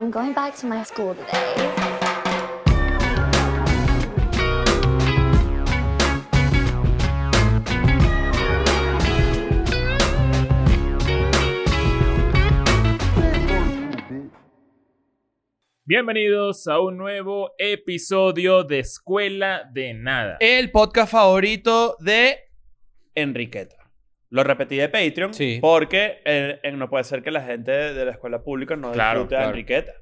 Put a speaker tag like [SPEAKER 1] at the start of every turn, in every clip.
[SPEAKER 1] I'm going back to my school today.
[SPEAKER 2] Bienvenidos a un nuevo episodio de Escuela de Nada.
[SPEAKER 3] El podcast favorito de Enriqueta. Lo repetí de Patreon
[SPEAKER 4] Sí.
[SPEAKER 3] porque eh, eh, no puede ser que la gente de la escuela pública no
[SPEAKER 2] Claro,
[SPEAKER 3] disfrute a
[SPEAKER 4] claro.
[SPEAKER 3] Enriqueta.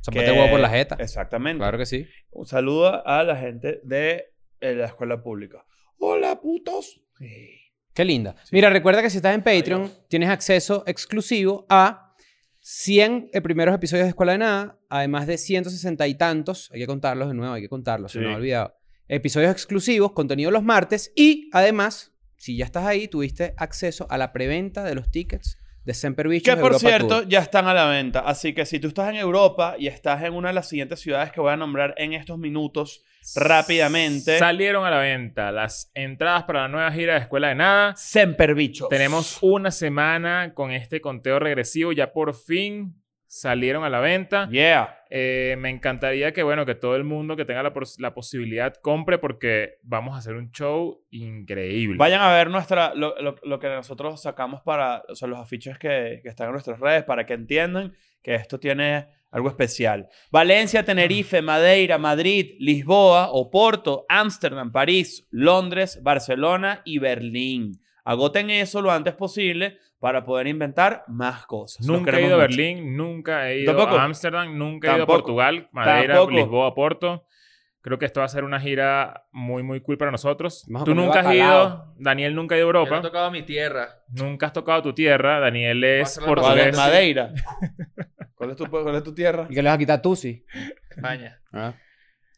[SPEAKER 4] Se
[SPEAKER 3] que-
[SPEAKER 4] mete huevo por la jeta.
[SPEAKER 3] Exactamente.
[SPEAKER 4] Claro que sí.
[SPEAKER 3] Un saludo a la gente de eh, la escuela pública. Hola, putos. Sí.
[SPEAKER 4] Qué linda. Mira, recuerda que si estás en Patreon,
[SPEAKER 3] Adiós.
[SPEAKER 4] tienes acceso exclusivo a 100 eh, primeros episodios de Escuela de Nada, además de 160 y tantos, hay que contarlos de nuevo, hay que contarlos, se
[SPEAKER 3] Sí.
[SPEAKER 4] me ha olvidado. Episodios exclusivos, contenido los martes y además, si ya estás ahí, tuviste acceso a la preventa de los tickets de Semper Bichos
[SPEAKER 3] Que
[SPEAKER 4] de
[SPEAKER 3] por
[SPEAKER 4] Europa
[SPEAKER 3] cierto,
[SPEAKER 4] Tour.
[SPEAKER 3] ya están a la venta. Así que si tú estás en Europa y estás en una de las siguientes ciudades que voy a nombrar en estos minutos, rápidamente.
[SPEAKER 2] Salieron a la venta las entradas para la nueva gira de Escuela de Nada.
[SPEAKER 3] Semper Bichos.
[SPEAKER 2] Tenemos una semana con este conteo regresivo. Ya por fin salieron a la venta.
[SPEAKER 3] Yeah.
[SPEAKER 2] Eh, me encantaría que, bueno, que todo el mundo que tenga la, pos- la posibilidad compre porque vamos a hacer un show increíble.
[SPEAKER 3] Vayan a ver nuestra, lo, lo- lo que nosotros sacamos para o sea, los afiches que, que están en nuestras redes para que entiendan que esto tiene algo especial. Valencia, Tenerife, Madeira, Madrid, Lisboa, Oporto, Ámsterdam, París, Londres, Barcelona y Berlín. Agoten eso lo antes posible para poder inventar más cosas. Los
[SPEAKER 2] Nunca he
[SPEAKER 3] queremos
[SPEAKER 2] ido a
[SPEAKER 3] mucho.
[SPEAKER 2] Berlín, nunca he ido
[SPEAKER 3] Tampoco.
[SPEAKER 2] a Ámsterdam, nunca he
[SPEAKER 3] Tampoco.
[SPEAKER 2] ido a Portugal, Madeira,
[SPEAKER 3] Tampoco.
[SPEAKER 2] Lisboa, Porto. Creo que esto va a ser una gira muy, muy cool para nosotros.
[SPEAKER 4] Vamos a
[SPEAKER 2] Tú
[SPEAKER 4] comer
[SPEAKER 2] nunca has
[SPEAKER 4] bacalao.
[SPEAKER 2] ido, Daniel nunca ha ido a
[SPEAKER 5] Yo no
[SPEAKER 2] Europa,
[SPEAKER 5] he tocado mi tierra.
[SPEAKER 2] nunca has tocado tu tierra, Daniel es
[SPEAKER 5] Pásala por
[SPEAKER 3] ¿Cuál es
[SPEAKER 2] portugués.
[SPEAKER 5] Madrid.
[SPEAKER 3] Madeira? ¿Cuál es tu, cuál es tu tierra?
[SPEAKER 4] ¿Y que le vas a quitar tú, sí?
[SPEAKER 5] España.
[SPEAKER 4] Ah.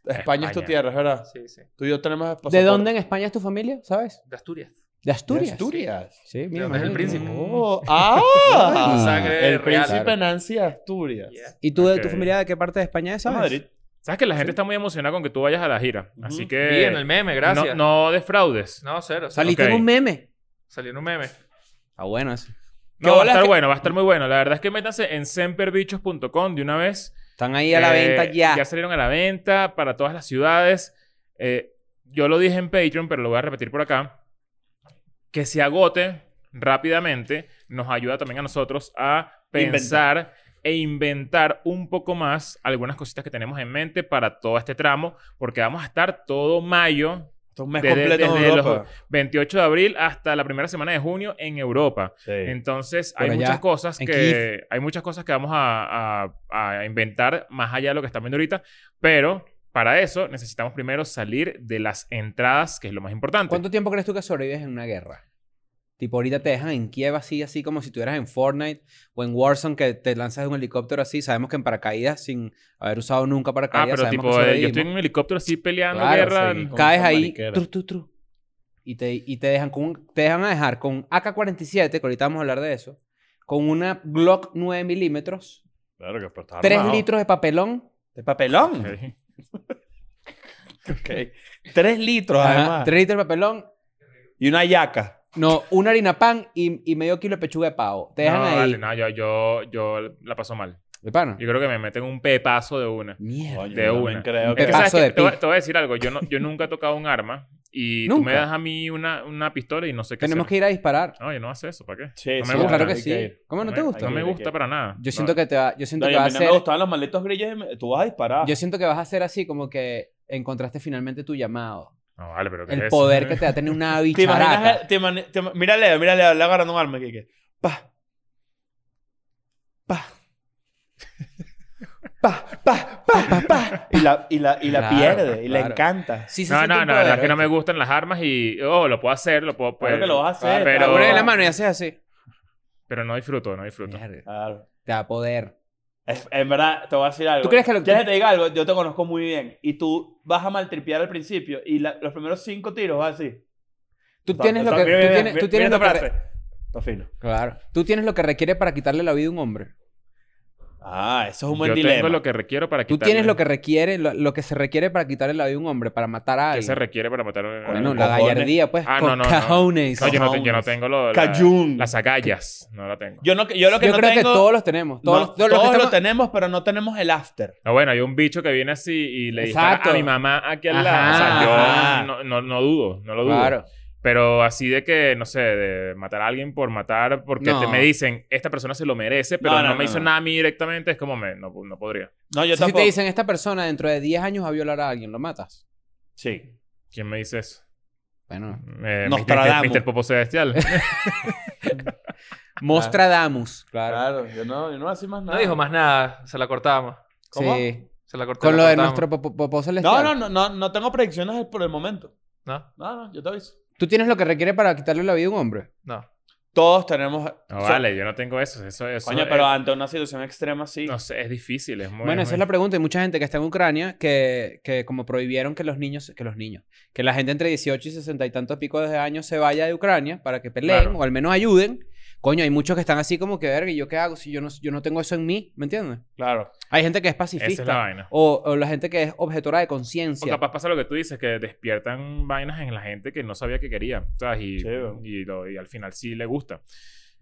[SPEAKER 3] España es tu
[SPEAKER 2] Eh, España.
[SPEAKER 3] tierra, es verdad.
[SPEAKER 5] Sí, sí.
[SPEAKER 3] Tú y yo tenemos
[SPEAKER 4] ¿De
[SPEAKER 3] pasaporte.
[SPEAKER 4] dónde en España es tu familia, sabes?
[SPEAKER 5] De Asturias.
[SPEAKER 4] De
[SPEAKER 3] De
[SPEAKER 4] Asturias.
[SPEAKER 3] Asturias.
[SPEAKER 4] Sí,
[SPEAKER 5] ¿De
[SPEAKER 4] mira.
[SPEAKER 5] dónde es el
[SPEAKER 4] imagínate.
[SPEAKER 5] príncipe?
[SPEAKER 4] Oh.
[SPEAKER 3] Oh, ¡Ah!
[SPEAKER 5] Sangre
[SPEAKER 3] el
[SPEAKER 5] real.
[SPEAKER 3] príncipe Nancy de Asturias.
[SPEAKER 5] Yeah.
[SPEAKER 4] ¿Y tú de
[SPEAKER 2] Ok.
[SPEAKER 4] tu familia de qué parte de España es,
[SPEAKER 3] Está en
[SPEAKER 4] sabes?
[SPEAKER 3] Madrid.
[SPEAKER 2] Sabes que la gente está muy emocionada con que tú vayas a la gira,
[SPEAKER 3] Ujú.
[SPEAKER 2] así
[SPEAKER 5] Vi en el
[SPEAKER 2] que
[SPEAKER 5] meme,
[SPEAKER 2] Eh, no,
[SPEAKER 5] gracias. No,
[SPEAKER 2] no defraudes.
[SPEAKER 5] cero. cero.
[SPEAKER 4] Saliste
[SPEAKER 2] Ok.
[SPEAKER 4] en un meme.
[SPEAKER 5] Salió en un meme.
[SPEAKER 4] Ah, bueno eso.
[SPEAKER 2] No, va a
[SPEAKER 3] bolas
[SPEAKER 2] estar
[SPEAKER 3] que-
[SPEAKER 2] bueno, va a estar muy bueno. La verdad es que métanse en semperbichos.com de una vez.
[SPEAKER 4] Están ahí a la
[SPEAKER 2] Eh,
[SPEAKER 4] venta ya.
[SPEAKER 2] Ya salieron a la venta para todas las ciudades. Eh, yo lo dije en Patreon, pero lo voy a repetir por acá. Que se agote rápidamente nos ayuda también a nosotros a pensar e inventar un poco más algunas cositas que tenemos en mente para todo este tramo, porque vamos a estar todo mayo,
[SPEAKER 3] Esto es un mes
[SPEAKER 2] Desde-
[SPEAKER 3] completo en
[SPEAKER 2] desde los-
[SPEAKER 3] Europa.
[SPEAKER 2] 28 de abril hasta la primera semana de junio en Europa. Entonces
[SPEAKER 4] Por
[SPEAKER 2] hay
[SPEAKER 4] allá,
[SPEAKER 2] muchas cosas
[SPEAKER 4] en
[SPEAKER 2] que hay muchas cosas que vamos a, a- a inventar más allá de lo que estamos viendo ahorita, pero para eso necesitamos primero salir de las entradas, que es lo más importante.
[SPEAKER 4] ¿Cuánto tiempo crees tú que sobrevives en una guerra? Tipo, ahorita te dejan en Kiev así, así como si estuvieras en Fortnite o en Warzone que te lanzas de un helicóptero así. Sabemos que en paracaídas, sin haber usado nunca
[SPEAKER 2] Ah,
[SPEAKER 4] paracaídas,
[SPEAKER 2] pero
[SPEAKER 4] sabemos
[SPEAKER 2] tipo,
[SPEAKER 4] que
[SPEAKER 2] eh, yo
[SPEAKER 4] sobrevivimos.
[SPEAKER 2] estoy en un helicóptero así peleando
[SPEAKER 4] Claro,
[SPEAKER 2] guerra.
[SPEAKER 3] sí.
[SPEAKER 4] Caes
[SPEAKER 3] Con esa
[SPEAKER 4] ahí,
[SPEAKER 3] mariquera.
[SPEAKER 4] tru, tru, tru, y te, y te dejan con un- te dejan a dejar con AK-47, que ahorita vamos a hablar de eso, con una Glock 9 milímetros,
[SPEAKER 3] Claro que pues, pero está
[SPEAKER 4] 3
[SPEAKER 3] armado.
[SPEAKER 4] litros de papelón,
[SPEAKER 3] ¿De papelón?
[SPEAKER 2] Ok.
[SPEAKER 3] Ok. Tres litros,
[SPEAKER 4] ajá,
[SPEAKER 3] además.
[SPEAKER 4] 3 litros de papelón,
[SPEAKER 3] Y una yaca.
[SPEAKER 4] No, una harina pan y, y medio kilo de pechuga de pavo. Te dejan
[SPEAKER 2] no,
[SPEAKER 4] ahí.
[SPEAKER 2] dale, no, yo, yo, yo la paso mal.
[SPEAKER 4] ¿De pana?
[SPEAKER 2] Yo creo que me meten un pepazo de una.
[SPEAKER 4] Mierda.
[SPEAKER 3] Coño,
[SPEAKER 2] De
[SPEAKER 3] yo
[SPEAKER 2] una.
[SPEAKER 3] también creo
[SPEAKER 4] Un
[SPEAKER 3] que...
[SPEAKER 2] Es que, ¿sabes
[SPEAKER 4] pepazo
[SPEAKER 2] qué?
[SPEAKER 4] Ah, de
[SPEAKER 2] te, voy,
[SPEAKER 4] pi.
[SPEAKER 2] te voy a decir algo. Yo, no, yo nunca he tocado un arma y tú me
[SPEAKER 4] Nunca.
[SPEAKER 2] das a mí una, una pistola y no sé qué
[SPEAKER 4] Tenemos
[SPEAKER 2] hacer.
[SPEAKER 4] que ir a disparar.
[SPEAKER 2] No, yo no hace eso. ¿Para qué?
[SPEAKER 3] Sí,
[SPEAKER 2] No
[SPEAKER 3] sí,
[SPEAKER 2] me gusta.
[SPEAKER 4] claro que
[SPEAKER 3] hay
[SPEAKER 4] sí.
[SPEAKER 3] ir.
[SPEAKER 4] ¿Cómo no te
[SPEAKER 2] me-
[SPEAKER 4] gusta?
[SPEAKER 2] No me
[SPEAKER 3] Hay que
[SPEAKER 2] gusta
[SPEAKER 3] ir.
[SPEAKER 2] para nada.
[SPEAKER 4] Yo
[SPEAKER 2] No,
[SPEAKER 4] siento que te va, yo siento
[SPEAKER 3] Dale,
[SPEAKER 4] que
[SPEAKER 3] a
[SPEAKER 4] va a
[SPEAKER 3] mí no me
[SPEAKER 4] ser,
[SPEAKER 3] gustaban los maletos grillos y me- tú vas a disparar.
[SPEAKER 4] yo siento que vas a ser así como que encontraste finalmente tu llamado,
[SPEAKER 2] No, vale, pero ¿qué es
[SPEAKER 4] el
[SPEAKER 2] eso?
[SPEAKER 4] poder que te da tener una
[SPEAKER 3] ¿Te imaginas?
[SPEAKER 4] bicharata.
[SPEAKER 3] Te imani- te ima- mira a Leo, mira a Leo, le agarrando un arma, Kike. Pa. Pa. Pa, pa, pa, pa, pa. Y la, y la, y la
[SPEAKER 4] Claro,
[SPEAKER 3] pierde, y le
[SPEAKER 4] claro.
[SPEAKER 3] encanta.
[SPEAKER 4] Sí,
[SPEAKER 2] No, no, no,
[SPEAKER 4] siente un
[SPEAKER 2] la verdad
[SPEAKER 4] poder.
[SPEAKER 2] es que no me gustan las armas y. Oh, lo puedo hacer, lo puedo. pues, ah,
[SPEAKER 3] Claro que lo vas a hacer.
[SPEAKER 2] pero-
[SPEAKER 4] Te la
[SPEAKER 3] claro.
[SPEAKER 4] pones en la mano y haces así.
[SPEAKER 2] Pero no disfruto, no disfruto.
[SPEAKER 4] Mierda,
[SPEAKER 3] Claro.
[SPEAKER 4] Te da poder.
[SPEAKER 3] Es- en verdad, te voy a decir algo.
[SPEAKER 4] ¿Tú crees que lo-
[SPEAKER 3] ¿Quieres que te diga algo? Yo te conozco muy bien. Y tú vas a maltripear al principio. Y la- los primeros cinco tiros vas así.
[SPEAKER 4] Tú tienes lo que tú tienes, tú tienes lo que re-
[SPEAKER 3] Está fino.
[SPEAKER 4] claro. Tú tienes lo que requiere para quitarle la vida a un hombre.
[SPEAKER 3] Ah, eso es un buen
[SPEAKER 2] Yo
[SPEAKER 3] dilema.
[SPEAKER 2] tengo lo que requiero para
[SPEAKER 4] Tú
[SPEAKER 2] quitarle...
[SPEAKER 4] tienes lo que requiere, lo, lo que se requiere para quitarle la vida a un hombre, para matar a
[SPEAKER 2] que se
[SPEAKER 4] alguien.
[SPEAKER 2] requiere para matar a un...
[SPEAKER 4] bueno,
[SPEAKER 3] Con
[SPEAKER 4] la
[SPEAKER 3] cojones.
[SPEAKER 4] gallardía, pues.
[SPEAKER 2] Ah,
[SPEAKER 4] con
[SPEAKER 2] no, no, no.
[SPEAKER 4] cajones.
[SPEAKER 2] No, yo no, te-
[SPEAKER 3] Cajones.
[SPEAKER 2] yo no tengo lo, la-
[SPEAKER 3] Cayún.
[SPEAKER 2] las agallas. No la tengo.
[SPEAKER 3] Yo, no, yo lo que
[SPEAKER 4] Yo
[SPEAKER 3] no
[SPEAKER 4] creo
[SPEAKER 3] tengo...
[SPEAKER 4] que todos los tenemos. Todos,
[SPEAKER 3] no,
[SPEAKER 4] los- todos los que
[SPEAKER 3] todos lo
[SPEAKER 4] estamos-
[SPEAKER 3] tenemos, pero no tenemos el after.
[SPEAKER 2] No, Ah, bueno, hay un bicho que viene así y le dispara
[SPEAKER 4] Exacto.
[SPEAKER 2] a mi mamá aquí al lado.
[SPEAKER 4] Ajá,
[SPEAKER 2] O sea, yo
[SPEAKER 3] ajá.
[SPEAKER 2] no, no, no dudo, no lo dudo.
[SPEAKER 4] Claro.
[SPEAKER 2] Pero así de que, no sé, de matar a alguien por matar, porque
[SPEAKER 4] No.
[SPEAKER 2] te, me dicen, esta persona se lo merece, pero
[SPEAKER 3] No,
[SPEAKER 2] no,
[SPEAKER 3] no,
[SPEAKER 2] me
[SPEAKER 3] no,
[SPEAKER 2] hizo
[SPEAKER 3] no.
[SPEAKER 2] nada a mí directamente, es como, me, no, no podría.
[SPEAKER 3] No, yo
[SPEAKER 4] O sea, si
[SPEAKER 3] tampoco.
[SPEAKER 4] te dicen, esta persona dentro de 10 años va a violar a alguien, ¿lo matas?
[SPEAKER 3] Sí.
[SPEAKER 2] ¿Quién me dice eso?
[SPEAKER 4] Bueno.
[SPEAKER 2] Eh, Mr.
[SPEAKER 3] Nostradamus.
[SPEAKER 2] Mr. Popo Celestial.
[SPEAKER 4] Mostradamus. Claro.
[SPEAKER 3] Claro, yo no, yo no hacía más
[SPEAKER 5] No dijo más nada, se la cortábamos.
[SPEAKER 3] ¿Cómo?
[SPEAKER 4] Sí.
[SPEAKER 5] Se la cortó-
[SPEAKER 4] Con
[SPEAKER 5] la
[SPEAKER 4] lo de
[SPEAKER 5] cortábamos.
[SPEAKER 4] nuestro popo- popó
[SPEAKER 3] No,
[SPEAKER 4] celestial.
[SPEAKER 3] no, no, no, no tengo predicciones por el momento.
[SPEAKER 5] No,
[SPEAKER 3] No, no, yo te aviso.
[SPEAKER 4] ¿Tú tienes lo que requiere para quitarle la vida a un hombre?
[SPEAKER 5] no.
[SPEAKER 3] Todos tenemos...
[SPEAKER 2] No,
[SPEAKER 3] o sea,
[SPEAKER 2] vale, yo no tengo eso. Eso, eso
[SPEAKER 3] Coño,
[SPEAKER 2] es,
[SPEAKER 3] pero ante una situación extrema sí.
[SPEAKER 2] no sé, es difícil, es muy...
[SPEAKER 4] bueno,
[SPEAKER 2] es
[SPEAKER 4] esa es
[SPEAKER 2] muy-
[SPEAKER 4] la pregunta. Hay mucha gente que está en Ucrania que, que como prohibieron que los niños, que los niños, que la gente entre 18 y 60 y tantos picos de años se vaya de Ucrania para que peleen
[SPEAKER 2] Claro.
[SPEAKER 4] o al menos ayuden. Coño, hay muchos que están así como que, verga, ¿y yo qué hago si yo no, yo no tengo eso en mí? ¿Me entiendes?
[SPEAKER 3] Claro.
[SPEAKER 4] Hay gente que es pacifista.
[SPEAKER 2] Esa es la vaina.
[SPEAKER 4] O, o la gente que es objetora de
[SPEAKER 2] O
[SPEAKER 4] conciencia.
[SPEAKER 2] capaz pasa lo que tú dices, que despiertan vainas en la gente que no sabía que quería, ¿sabes? Y,
[SPEAKER 3] Sí, weón.
[SPEAKER 2] y lo- y al final sí le gusta.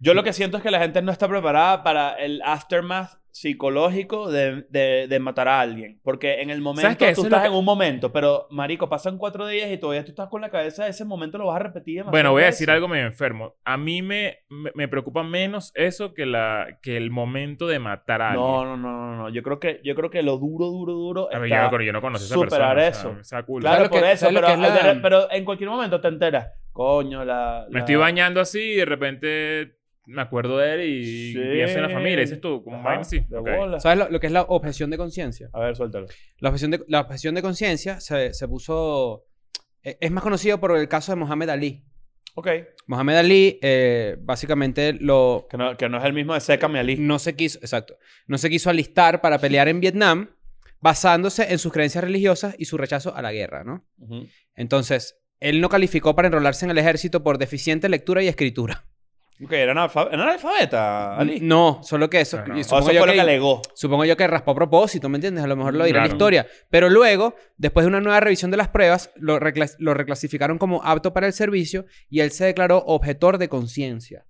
[SPEAKER 3] Yo lo que siento es que la gente no está preparada para el aftermath psicológico de, de- de matar a alguien. Porque en el momento
[SPEAKER 2] qué? Eso
[SPEAKER 3] tú
[SPEAKER 2] es lo
[SPEAKER 3] estás
[SPEAKER 2] que-
[SPEAKER 3] en un momento, pero marico, pasan cuatro días y todavía tú estás con la cabeza de ese momento, lo vas a repetir demasiado.
[SPEAKER 2] Bueno, voy a decir algo medio enfermo. A mí me, me, me preocupa menos eso que, la, que el momento de matar a alguien.
[SPEAKER 3] No, no, no, no, no. Yo creo que, yo creo que lo duro, duro, duro.
[SPEAKER 2] A ver,
[SPEAKER 3] está-
[SPEAKER 2] yo, no- yo no conocí a esa
[SPEAKER 3] superar
[SPEAKER 2] persona.
[SPEAKER 3] eso.
[SPEAKER 2] O sea, esa culo.
[SPEAKER 3] Claro,
[SPEAKER 4] ¿Sabes lo
[SPEAKER 3] por
[SPEAKER 4] que-
[SPEAKER 3] eso,
[SPEAKER 4] sabes lo
[SPEAKER 3] pero,
[SPEAKER 4] que es la-
[SPEAKER 3] al- pero en cualquier momento te enteras. Coño, la.
[SPEAKER 2] Me
[SPEAKER 3] la-
[SPEAKER 2] estoy bañando así y de repente me acuerdo de él y
[SPEAKER 3] Sí.
[SPEAKER 2] pienso en la familia. Dices tú, como
[SPEAKER 3] Ajá,
[SPEAKER 2] vaina así.
[SPEAKER 3] de
[SPEAKER 2] Ok.
[SPEAKER 3] bola.
[SPEAKER 4] ¿Sabes lo, lo que es la objeción de conciencia?
[SPEAKER 3] A ver, suéltalo.
[SPEAKER 4] La objeción de, la objeción de conciencia se, se puso... e- Es más conocido por el caso de Mohamed Ali.
[SPEAKER 3] Ok.
[SPEAKER 4] Mohamed Ali, eh, básicamente, lo,
[SPEAKER 3] Que no, que no es el mismo de Seca Ali.
[SPEAKER 4] no se quiso... Exacto. No se quiso alistar para pelear en Vietnam basándose en sus creencias religiosas y su rechazo a la guerra, ¿no?
[SPEAKER 2] Mm.
[SPEAKER 3] Ujú.
[SPEAKER 4] Entonces, él no calificó para enrolarse en el ejército por deficiente lectura y escritura.
[SPEAKER 3] Ok, era analfa- era analfabeta, Ali.
[SPEAKER 4] No, solo que eso...
[SPEAKER 2] No, no.
[SPEAKER 4] Mm, y
[SPEAKER 3] O
[SPEAKER 4] supongo
[SPEAKER 3] Ah, eso
[SPEAKER 4] yo
[SPEAKER 3] fue lo que
[SPEAKER 4] que-
[SPEAKER 3] alegó.
[SPEAKER 4] Supongo yo que raspó a propósito, ¿me entiendes? A lo mejor lo dirá la
[SPEAKER 2] Claro.
[SPEAKER 4] historia. Pero luego, después de una nueva revisión de las pruebas, lo, recla- lo reclasificaron como apto para el servicio y él se declaró objetor de conciencia.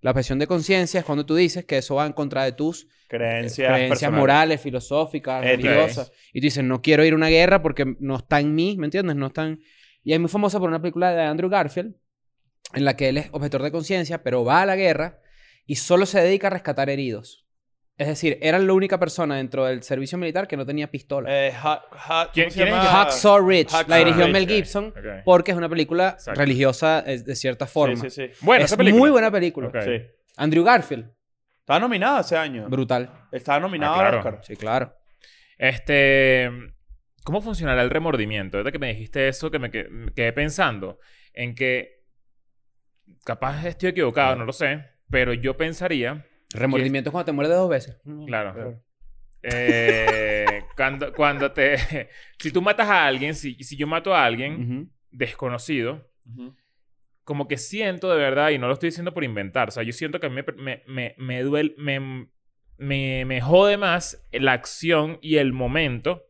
[SPEAKER 4] La objeción de conciencia es cuando tú dices que eso va en contra de tus
[SPEAKER 3] Creencias,
[SPEAKER 4] creencias
[SPEAKER 3] personales.
[SPEAKER 4] morales, filosóficas,
[SPEAKER 3] Éticas.
[SPEAKER 4] religiosas. Y tú dices, no quiero ir a una guerra porque no está en mí, ¿me entiendes? No está en... Y es muy famosa por una película de Andrew Garfield, en la que él es objetor de conciencia, pero va a la guerra y solo se dedica a rescatar heridos. Es decir, era la única persona dentro del servicio militar que no tenía pistola.
[SPEAKER 3] Eh, ha, ha, ¿cómo
[SPEAKER 2] ¿Quién-
[SPEAKER 3] se
[SPEAKER 2] quién es
[SPEAKER 3] llama?
[SPEAKER 4] Hacksaw Ridge, la
[SPEAKER 3] Hacksaw
[SPEAKER 4] dirigió
[SPEAKER 3] Ridge,
[SPEAKER 4] Mel
[SPEAKER 2] Ah, ok,
[SPEAKER 4] Gibson,
[SPEAKER 2] ok.
[SPEAKER 4] porque es una película
[SPEAKER 2] Exacto.
[SPEAKER 4] religiosa eh, de cierta forma.
[SPEAKER 3] Sí, sí, sí.
[SPEAKER 2] Bueno,
[SPEAKER 4] es
[SPEAKER 2] esa película.
[SPEAKER 4] muy buena película.
[SPEAKER 2] Ok.
[SPEAKER 3] Sí.
[SPEAKER 4] Andrew Garfield,
[SPEAKER 3] Estaba nominado ese año.
[SPEAKER 4] brutal.
[SPEAKER 3] Estaba nominado
[SPEAKER 2] Ah, claro.
[SPEAKER 3] al Oscar.
[SPEAKER 4] Sí, claro.
[SPEAKER 2] Este, ¿cómo funcionará el remordimiento? Ahorita que me dijiste eso, que me que- me quedé pensando en que capaz estoy equivocado, no lo sé, pero yo pensaría,
[SPEAKER 4] Remordimiento es cuando te mueres de dos veces.
[SPEAKER 2] Mm, claro, eh, cuando, cuando te, si tú matas a alguien, si, si yo mato a alguien
[SPEAKER 4] Ujú.
[SPEAKER 2] desconocido,
[SPEAKER 3] Ujú.
[SPEAKER 2] como que siento de verdad, y no lo estoy diciendo por inventar, o sea, yo siento que a mí me, me, me, me duele, me, me, me jode más la acción y el momento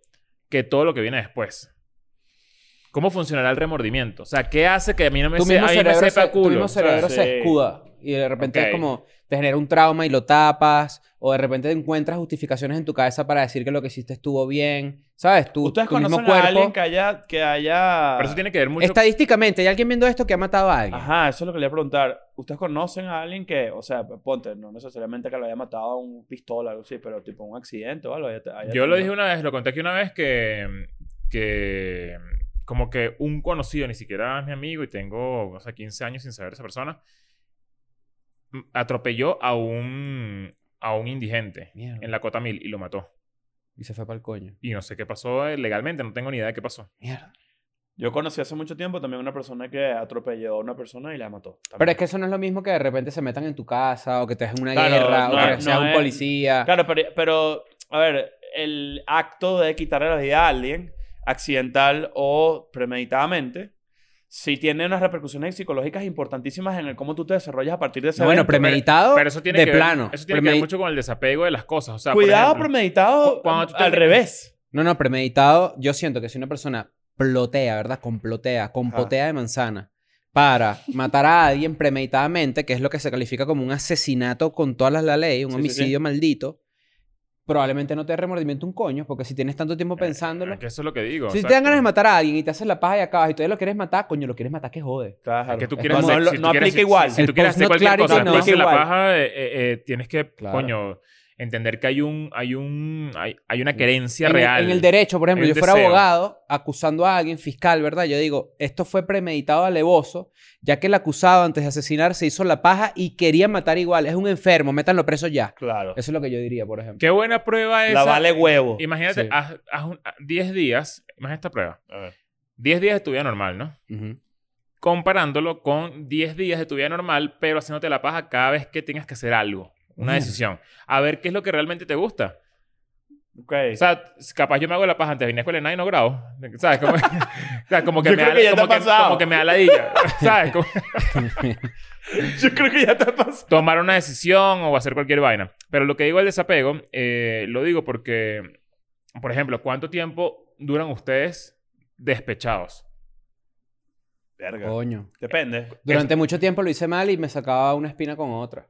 [SPEAKER 2] que todo lo que viene después. ¿Cómo funcionará el remordimiento? O sea, ¿qué hace que a mí no me,
[SPEAKER 4] tu
[SPEAKER 2] se-
[SPEAKER 4] mismo
[SPEAKER 2] Pues a mí me
[SPEAKER 4] cerebro,
[SPEAKER 2] sepa
[SPEAKER 4] se, tu
[SPEAKER 2] culo?
[SPEAKER 4] mismo
[SPEAKER 2] O sea,
[SPEAKER 4] cerebro
[SPEAKER 3] sí.
[SPEAKER 4] se escuda y de repente
[SPEAKER 2] Ok.
[SPEAKER 4] es como te genera un trauma y lo tapas o de repente encuentras justificaciones en tu cabeza para decir que lo que hiciste estuvo bien, ¿sabes? Tu,
[SPEAKER 3] ¿Ustedes
[SPEAKER 4] tu mismo
[SPEAKER 3] conocen a alguien
[SPEAKER 4] cuerpo.
[SPEAKER 3] que haya... Que haya...
[SPEAKER 2] Pero eso tiene que ver mucho
[SPEAKER 4] Estadísticamente, hay alguien viendo esto que ha matado a alguien.
[SPEAKER 3] Ajá, eso es lo que le iba a preguntar. ¿Ustedes conocen a alguien que, o sea, ponte, no necesariamente que lo haya matado a un pistola o algo así, pero tipo un accidente o algo? haya- haya
[SPEAKER 2] Yo lo
[SPEAKER 3] tenido-
[SPEAKER 2] dije una vez, lo conté aquí una vez que, que como que un conocido, ni siquiera es mi amigo y tengo, o sea, 15 años sin saber de esa persona, m- atropelló a un, a un indigente
[SPEAKER 4] Mierda.
[SPEAKER 2] en la Cota Mil y lo mató.
[SPEAKER 4] Y se fue para el coño.
[SPEAKER 2] Y no sé qué pasó eh, legalmente, no tengo ni idea de qué pasó.
[SPEAKER 4] Mierda.
[SPEAKER 3] Yo conocí hace mucho tiempo también una persona que atropelló a una persona y la mató. también.
[SPEAKER 4] Pero es que eso no es lo mismo que de repente se metan en tu casa o que te dejen una
[SPEAKER 3] Claro,
[SPEAKER 4] guerra
[SPEAKER 3] no
[SPEAKER 4] o que
[SPEAKER 3] es-
[SPEAKER 4] sea
[SPEAKER 3] no
[SPEAKER 4] un
[SPEAKER 3] es-
[SPEAKER 4] policía.
[SPEAKER 3] Claro, pero, pero, a ver, el acto de quitarle la vida a alguien, accidental o premeditadamente, sí tiene unas repercusiones psicológicas importantísimas en el cómo tú te desarrollas a partir de ese
[SPEAKER 4] No, bueno,
[SPEAKER 3] evento.
[SPEAKER 4] premeditado
[SPEAKER 2] Pero eso tiene
[SPEAKER 4] Oh, de
[SPEAKER 2] que ver-
[SPEAKER 4] plano.
[SPEAKER 2] eso tiene que
[SPEAKER 4] Premedi-
[SPEAKER 2] ver mucho con el desapego de las cosas. O sea, por
[SPEAKER 3] Cuidado
[SPEAKER 2] ejemplo, eh,
[SPEAKER 3] premeditado
[SPEAKER 2] cu- cuando tú te-
[SPEAKER 3] al revés.
[SPEAKER 4] No, no, premeditado. Yo siento que si una persona plotea, ¿verdad? Complotea, compotea de manzana para matar a alguien premeditadamente, que es lo que se califica como un asesinato con todas las la ley, un
[SPEAKER 3] Sí, sí, sí.
[SPEAKER 4] homicidio maldito, probablemente no te dé remordimiento un coño, porque si tienes tanto
[SPEAKER 3] Eh,
[SPEAKER 4] tiempo pensándolo.
[SPEAKER 2] es que eso es lo que digo.
[SPEAKER 4] si
[SPEAKER 2] exacto.
[SPEAKER 4] te dan ganas de matar a alguien y te haces la paja y acabas y todavía lo quieres matar, coño, lo quieres matar, que jode.
[SPEAKER 3] Claro.
[SPEAKER 2] que tú
[SPEAKER 4] Es
[SPEAKER 2] quieres
[SPEAKER 4] como
[SPEAKER 2] hacer-
[SPEAKER 3] no,
[SPEAKER 2] si tú
[SPEAKER 3] no
[SPEAKER 2] quieres-
[SPEAKER 3] aplica
[SPEAKER 2] si-
[SPEAKER 3] igual.
[SPEAKER 2] Si,
[SPEAKER 4] El
[SPEAKER 2] tú quieres
[SPEAKER 4] post
[SPEAKER 2] hacer
[SPEAKER 4] no
[SPEAKER 2] cualquier
[SPEAKER 4] clarity
[SPEAKER 2] cosa,
[SPEAKER 4] no.
[SPEAKER 2] después de la
[SPEAKER 3] Igual.
[SPEAKER 2] paja, eh, eh, eh, tienes que,
[SPEAKER 4] Claro.
[SPEAKER 2] coño, entender que hay un, hay un, hay, hay una querencia
[SPEAKER 4] En el,
[SPEAKER 2] real.
[SPEAKER 4] en el derecho, por ejemplo,
[SPEAKER 2] Hay
[SPEAKER 4] yo
[SPEAKER 2] un
[SPEAKER 4] fuera
[SPEAKER 2] deseo.
[SPEAKER 4] abogado acusando a alguien, fiscal, ¿verdad? Yo digo, esto fue premeditado alevoso, ya que el acusado antes de asesinar se hizo la paja y quería matar igual. Es un enfermo, métanlo preso ya.
[SPEAKER 3] Claro.
[SPEAKER 4] Eso es lo que yo diría, por ejemplo.
[SPEAKER 2] Qué buena prueba esa.
[SPEAKER 3] La vale huevo.
[SPEAKER 2] Imagínate,
[SPEAKER 4] Sí.
[SPEAKER 2] haz, haz un- haz 10 días, imagínate esta prueba.
[SPEAKER 3] A ver.
[SPEAKER 2] 10 días de tu vida normal, ¿no?
[SPEAKER 4] Ujú.
[SPEAKER 2] Comparándolo con 10 días de tu vida normal, pero haciéndote la paja cada vez que tengas que hacer algo, una
[SPEAKER 4] Mierda.
[SPEAKER 3] Mm.
[SPEAKER 2] decisión. A ver qué es lo que realmente te gusta.
[SPEAKER 3] Ok.
[SPEAKER 2] O sea, capaz yo me hago la paja antes de venir a escuela y nada y no grabo. ¿Sabes? Como, o sea, como que,
[SPEAKER 3] Yo
[SPEAKER 2] me
[SPEAKER 3] creo
[SPEAKER 2] da,
[SPEAKER 3] que ya te
[SPEAKER 2] como,
[SPEAKER 3] ha
[SPEAKER 2] que,
[SPEAKER 3] pasado.
[SPEAKER 2] como que me da la dilla. ¿Sabes? Como-
[SPEAKER 3] Yo creo que ya te pasó.
[SPEAKER 2] tomar una decisión o hacer cualquier vaina. Pero lo que digo del desapego, eh, lo digo porque, por ejemplo, ¿cuánto tiempo duran ustedes despechados?
[SPEAKER 3] Verga.
[SPEAKER 4] Coño.
[SPEAKER 3] Depende.
[SPEAKER 4] Durante mucho tiempo lo hice mal y me sacaba una espina con otra.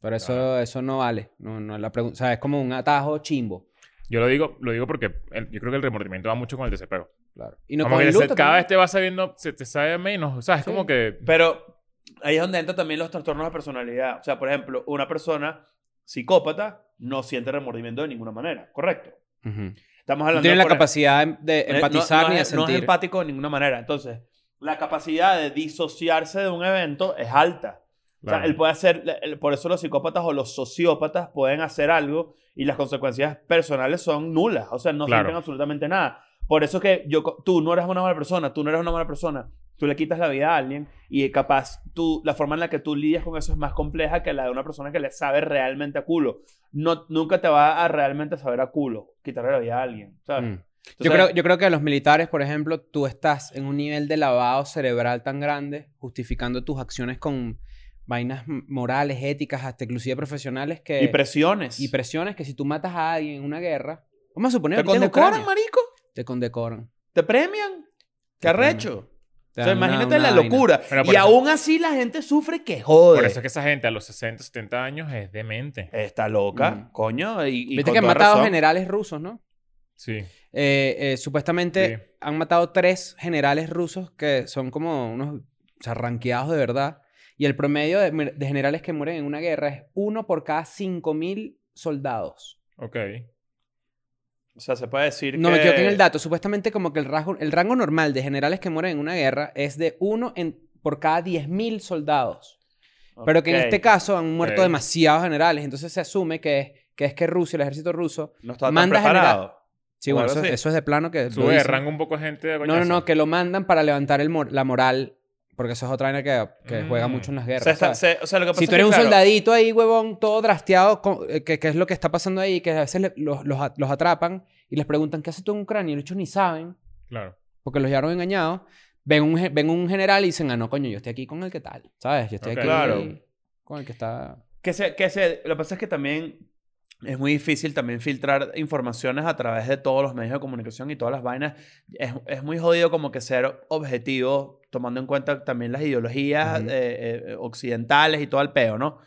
[SPEAKER 4] Pero eso, eso no vale. No, no es la pregunta. O sea, es como un atajo chimbo.
[SPEAKER 2] Yo lo digo, lo digo porque el- yo creo que el remordimiento va mucho con el desapego.
[SPEAKER 4] Claro. Y no
[SPEAKER 2] como
[SPEAKER 4] con
[SPEAKER 2] que
[SPEAKER 4] el
[SPEAKER 2] se-
[SPEAKER 4] luto. pues.
[SPEAKER 2] cada vez
[SPEAKER 4] también.
[SPEAKER 2] te vas sabiendo, se te sabe menos. O sea, es
[SPEAKER 4] Sí.
[SPEAKER 2] como que...
[SPEAKER 3] Pero ahí es donde entran también los trastornos de personalidad. O sea, por ejemplo, una persona psicópata no siente remordimiento de ninguna manera. Correcto.
[SPEAKER 4] Ujú.
[SPEAKER 3] Estamos
[SPEAKER 4] No
[SPEAKER 3] hablando
[SPEAKER 4] tiene
[SPEAKER 3] de
[SPEAKER 4] la
[SPEAKER 3] por- eh,
[SPEAKER 4] capacidad de- de
[SPEAKER 3] no- no-
[SPEAKER 4] empatizar
[SPEAKER 3] no
[SPEAKER 4] ni de
[SPEAKER 3] es- No es
[SPEAKER 4] sentir.
[SPEAKER 3] empático de ninguna manera. Entonces, la capacidad de disociarse de un evento es alta. O
[SPEAKER 2] Claro.
[SPEAKER 3] sea, él puede hacer, él- por eso los psicópatas o los sociópatas pueden hacer algo y las consecuencias personales son nulas, o sea, no
[SPEAKER 2] Claro.
[SPEAKER 3] sienten absolutamente nada. Por eso que yo, co- tú no eres una mala persona, tú no eres una mala persona, tú le quitas la vida a alguien y capaz tú, la forma en la que tú lidias con eso es más compleja que la de una persona que le sabe realmente a culo. No, nunca te va a realmente saber a culo quitarle la vida a alguien, ¿sabes?
[SPEAKER 4] Mm. Yo creo,
[SPEAKER 3] Entonces,
[SPEAKER 4] yo creo que a los militares, por ejemplo, tú estás en un nivel de lavado cerebral tan grande, justificando tus acciones con vainas m- morales, éticas, hasta inclusive profesionales que...
[SPEAKER 3] y presiones.
[SPEAKER 4] Mm. y presiones que si tú matas a alguien en una guerra... Vamos a suponer...
[SPEAKER 3] ¿Te
[SPEAKER 4] ahorita en
[SPEAKER 3] condecoran,
[SPEAKER 4] Ucrania,
[SPEAKER 3] marico?
[SPEAKER 4] Te condecoran.
[SPEAKER 3] ¿Te premian? ¿Qué
[SPEAKER 4] Te premian.
[SPEAKER 3] arrecho?
[SPEAKER 4] Te
[SPEAKER 3] O sea,
[SPEAKER 4] dan una-
[SPEAKER 3] imagínate
[SPEAKER 4] una
[SPEAKER 3] la
[SPEAKER 4] vaina.
[SPEAKER 3] locura.
[SPEAKER 2] Pero
[SPEAKER 3] Y
[SPEAKER 2] por eso-
[SPEAKER 3] aún así la gente sufre que jode.
[SPEAKER 2] Por eso es que esa gente a los 60, 70 años es demente.
[SPEAKER 3] Está loca,
[SPEAKER 4] Mm.
[SPEAKER 3] coño. Y, y
[SPEAKER 4] Viste
[SPEAKER 3] con
[SPEAKER 4] que han
[SPEAKER 3] toda
[SPEAKER 4] matado
[SPEAKER 3] razón.
[SPEAKER 4] generales rusos, ¿no?
[SPEAKER 2] Sí.
[SPEAKER 4] Eh, eh, supuestamente
[SPEAKER 2] Sí.
[SPEAKER 4] han matado tres generales rusos que son como unos charranqueados de verdad. Y el promedio de, de generales que mueren en una guerra es uno por cada 5.000 soldados.
[SPEAKER 2] Ok.
[SPEAKER 3] O sea, se puede decir
[SPEAKER 4] No
[SPEAKER 3] que...
[SPEAKER 4] me equivoqué en el dato. Supuestamente como que el rango, el rango normal de generales que mueren en una guerra es de uno en, por cada 10.000 soldados. Pero que en
[SPEAKER 3] Ok.
[SPEAKER 4] este caso han muerto
[SPEAKER 2] Ok.
[SPEAKER 4] demasiados generales. Entonces se asume que es, que es que Rusia, el ejército ruso...
[SPEAKER 3] No está tan
[SPEAKER 4] manda
[SPEAKER 3] preparado.
[SPEAKER 4] Sí,
[SPEAKER 3] O
[SPEAKER 4] bueno,
[SPEAKER 3] algo
[SPEAKER 4] eso,
[SPEAKER 3] así.
[SPEAKER 4] eso es de plano que... Eh, lo
[SPEAKER 2] Sube de
[SPEAKER 4] dicen.
[SPEAKER 2] rango un poco gente de
[SPEAKER 4] No, no,
[SPEAKER 2] coñazo.
[SPEAKER 4] no, que lo mandan para levantar el mor- la moral, porque eso es otra vaina que, que juega
[SPEAKER 2] Mm.
[SPEAKER 4] mucho en las
[SPEAKER 3] O
[SPEAKER 4] guerras.
[SPEAKER 3] sea, está-
[SPEAKER 4] ¿sabes?
[SPEAKER 3] se- o sea, lo que pasa
[SPEAKER 4] si
[SPEAKER 3] es
[SPEAKER 4] tú
[SPEAKER 3] que,
[SPEAKER 4] eres un
[SPEAKER 3] claro,
[SPEAKER 4] soldadito ahí, huevón, todo drasteado, con- eh, que, que es lo que está pasando ahí, que a veces le- los, los a- los atrapan y les preguntan, ¿qué haces tú en Ucrania? Y los chicos ni saben,
[SPEAKER 2] Claro.
[SPEAKER 4] porque los llevaron engañados. Ven un, ge- ven un general y dicen, ah, no, coño, yo estoy aquí con el que tal, ¿sabes? Yo estoy
[SPEAKER 2] Ok.
[SPEAKER 4] aquí
[SPEAKER 3] Claro.
[SPEAKER 4] con el que está...
[SPEAKER 3] Que se, que se, lo que pasa es que también es muy difícil también filtrar informaciones a través de todos los medios de comunicación y todas las vainas. Es, es muy jodido como que ser objetivo, tomando en cuenta también las ideologías
[SPEAKER 4] Ujú.
[SPEAKER 3] eh, eh, occidentales y todo el peo, ¿no?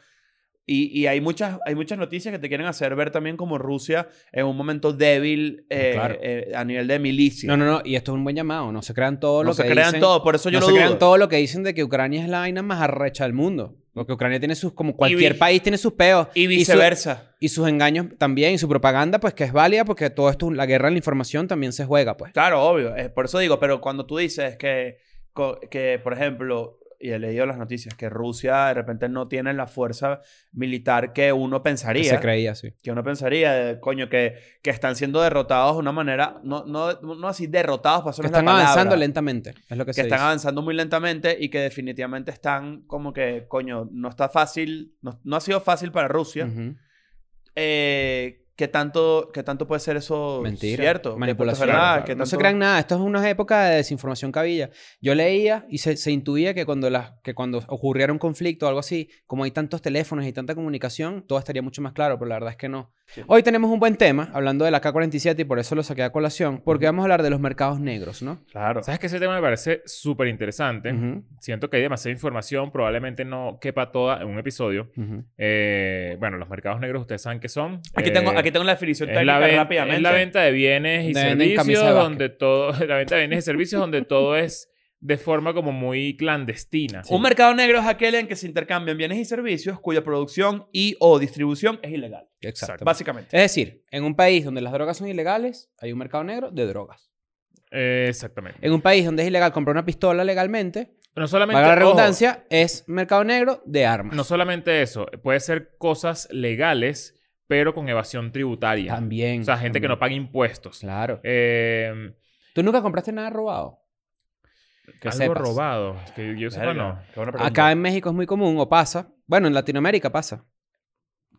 [SPEAKER 3] Y, y hay, muchas, hay muchas noticias que te quieren hacer ver también como Rusia en un momento débil eh,
[SPEAKER 4] Claro.
[SPEAKER 3] eh, a nivel de milicia.
[SPEAKER 4] No, no, no, y esto es un buen llamado, no se crean todo
[SPEAKER 3] No
[SPEAKER 4] lo
[SPEAKER 3] se
[SPEAKER 4] que
[SPEAKER 3] crean
[SPEAKER 4] dicen.
[SPEAKER 3] todo, por eso yo lo
[SPEAKER 4] no se
[SPEAKER 3] dudo.
[SPEAKER 4] crean todo lo que dicen de que Ucrania es la vaina más arrecha del mundo. Porque Ucrania tiene sus, como cualquier
[SPEAKER 3] vi-
[SPEAKER 4] país tiene sus peos.
[SPEAKER 3] Y
[SPEAKER 4] su-
[SPEAKER 3] viceversa.
[SPEAKER 4] Y, sus engaños también, y su propaganda, pues que es válida, porque todo esto, la guerra en la información también se juega, pues.
[SPEAKER 3] Claro, obvio. eh, por eso digo, pero cuando tú dices que, co- que, por ejemplo, y he leído las noticias, que Rusia de repente no tiene la fuerza militar que uno
[SPEAKER 4] Que
[SPEAKER 3] pensaría.
[SPEAKER 4] se creía, sí.
[SPEAKER 3] que uno pensaría, de, coño, que, que están siendo derrotados de una manera, no, no, no así derrotados, para
[SPEAKER 4] Que
[SPEAKER 3] no es la
[SPEAKER 4] están avanzando
[SPEAKER 3] palabra,
[SPEAKER 4] lentamente, es lo que,
[SPEAKER 3] Que
[SPEAKER 4] se
[SPEAKER 3] están
[SPEAKER 4] dice.
[SPEAKER 3] avanzando muy lentamente y que definitivamente están como que, coño, no está fácil, no, no ha sido fácil para Rusia.
[SPEAKER 4] Ujú.
[SPEAKER 3] eh, ¿Qué tanto, qué tanto puede ser eso
[SPEAKER 4] Mentira.
[SPEAKER 3] cierto? ¿Qué tanto es
[SPEAKER 4] Manipulación.
[SPEAKER 3] verdad?
[SPEAKER 2] Claro,
[SPEAKER 3] ¿Qué
[SPEAKER 4] No se
[SPEAKER 3] tanto-
[SPEAKER 4] crean nada. Esto es una época de desinformación cabilla. Yo leía y se, se intuía que cuando, las, que cuando ocurriera un conflicto o algo así, como hay tantos teléfonos y tanta comunicación, todo estaría mucho más claro, pero la verdad es que no.
[SPEAKER 3] Sí.
[SPEAKER 4] Hoy tenemos un buen tema, hablando de la K-47 y por eso lo saqué a colación, porque vamos a hablar de los mercados negros, ¿no?
[SPEAKER 3] Claro.
[SPEAKER 2] ¿Sabes que ese tema me parece súper interesante?
[SPEAKER 4] Ujú,
[SPEAKER 2] Siento que hay demasiada información, probablemente no quepa toda en un episodio.
[SPEAKER 4] ujú.
[SPEAKER 2] Eh, bueno, los mercados negros, ustedes saben qué son.
[SPEAKER 3] Aquí,
[SPEAKER 2] Eh,
[SPEAKER 3] tengo, aquí tengo la definición
[SPEAKER 2] es
[SPEAKER 3] técnica
[SPEAKER 2] la, ven-
[SPEAKER 3] rápidamente.
[SPEAKER 2] es la venta de bienes y
[SPEAKER 4] Donde venden
[SPEAKER 2] servicios,
[SPEAKER 4] camisas de básquet.
[SPEAKER 2] donde todo, la venta de bienes y servicios, donde todo es de forma como muy clandestina.
[SPEAKER 3] Un mercado negro es aquel en que se intercambian bienes y servicios cuya producción y o distribución es ilegal,
[SPEAKER 4] Exacto.
[SPEAKER 3] básicamente.
[SPEAKER 4] Es decir, en un país donde las drogas son ilegales, hay un mercado negro de drogas.
[SPEAKER 2] Eh, exactamente.
[SPEAKER 4] En un país donde es ilegal comprar una pistola legalmente,
[SPEAKER 2] No solamente,
[SPEAKER 4] para la
[SPEAKER 2] ojo,
[SPEAKER 4] redundancia, es mercado negro de armas.
[SPEAKER 2] no solamente eso, puede ser cosas legales, pero con evasión tributaria.
[SPEAKER 4] También.
[SPEAKER 2] O sea, gente que no paga impuestos.
[SPEAKER 4] Claro.
[SPEAKER 2] Eh,
[SPEAKER 4] ¿Tú nunca compraste nada robado? Que
[SPEAKER 2] algo
[SPEAKER 4] sepas.
[SPEAKER 2] robado. Que yo sepa,
[SPEAKER 3] Verga,
[SPEAKER 2] no.
[SPEAKER 3] qué buena pregunta.
[SPEAKER 4] Acá en México es muy común, o pasa, bueno, en Latinoamérica pasa,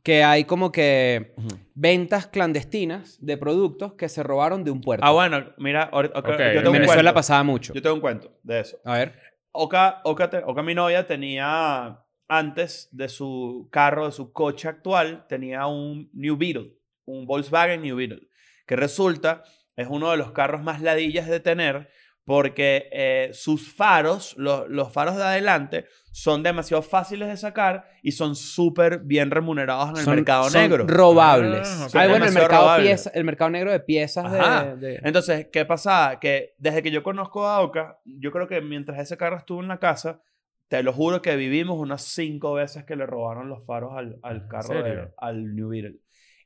[SPEAKER 4] que hay como que
[SPEAKER 3] Ujú.
[SPEAKER 4] ventas clandestinas de productos que se robaron de un puerto.
[SPEAKER 3] Ah, bueno, mira, ahorita,
[SPEAKER 2] Ok,
[SPEAKER 3] yo
[SPEAKER 2] en
[SPEAKER 3] tengo
[SPEAKER 4] en
[SPEAKER 3] un
[SPEAKER 4] Venezuela
[SPEAKER 3] cuento.
[SPEAKER 4] pasaba mucho.
[SPEAKER 3] Yo tengo un cuento de eso.
[SPEAKER 4] A ver.
[SPEAKER 3] Oka, Oka, te- Oka, mi novia, tenía, antes de su carro, de su coche actual, tenía un New Beetle, un Volkswagen New Beetle, que resulta es uno de los carros más ladillas de tener porque eh, sus faros, lo- los faros de adelante, son demasiado fáciles de sacar y son súper bien remunerados en el
[SPEAKER 4] Son-
[SPEAKER 3] mercado
[SPEAKER 4] son
[SPEAKER 3] negro.
[SPEAKER 4] Robables.
[SPEAKER 2] Ah, ok.
[SPEAKER 4] Ah, bueno, el
[SPEAKER 3] Demasiado
[SPEAKER 4] mercado,
[SPEAKER 3] robables.
[SPEAKER 4] pieza- el mercado negro de piezas de-
[SPEAKER 3] Ajá.
[SPEAKER 4] de,
[SPEAKER 3] Entonces, ¿qué pasaba? Que desde que yo conozco a Oka, yo creo que mientras ese carro estuvo en la casa, te lo juro que vivimos unas cinco veces que le robaron los faros al, al
[SPEAKER 2] Ah, ¿En
[SPEAKER 3] carro, de-
[SPEAKER 2] serio?
[SPEAKER 3] al New Beetle.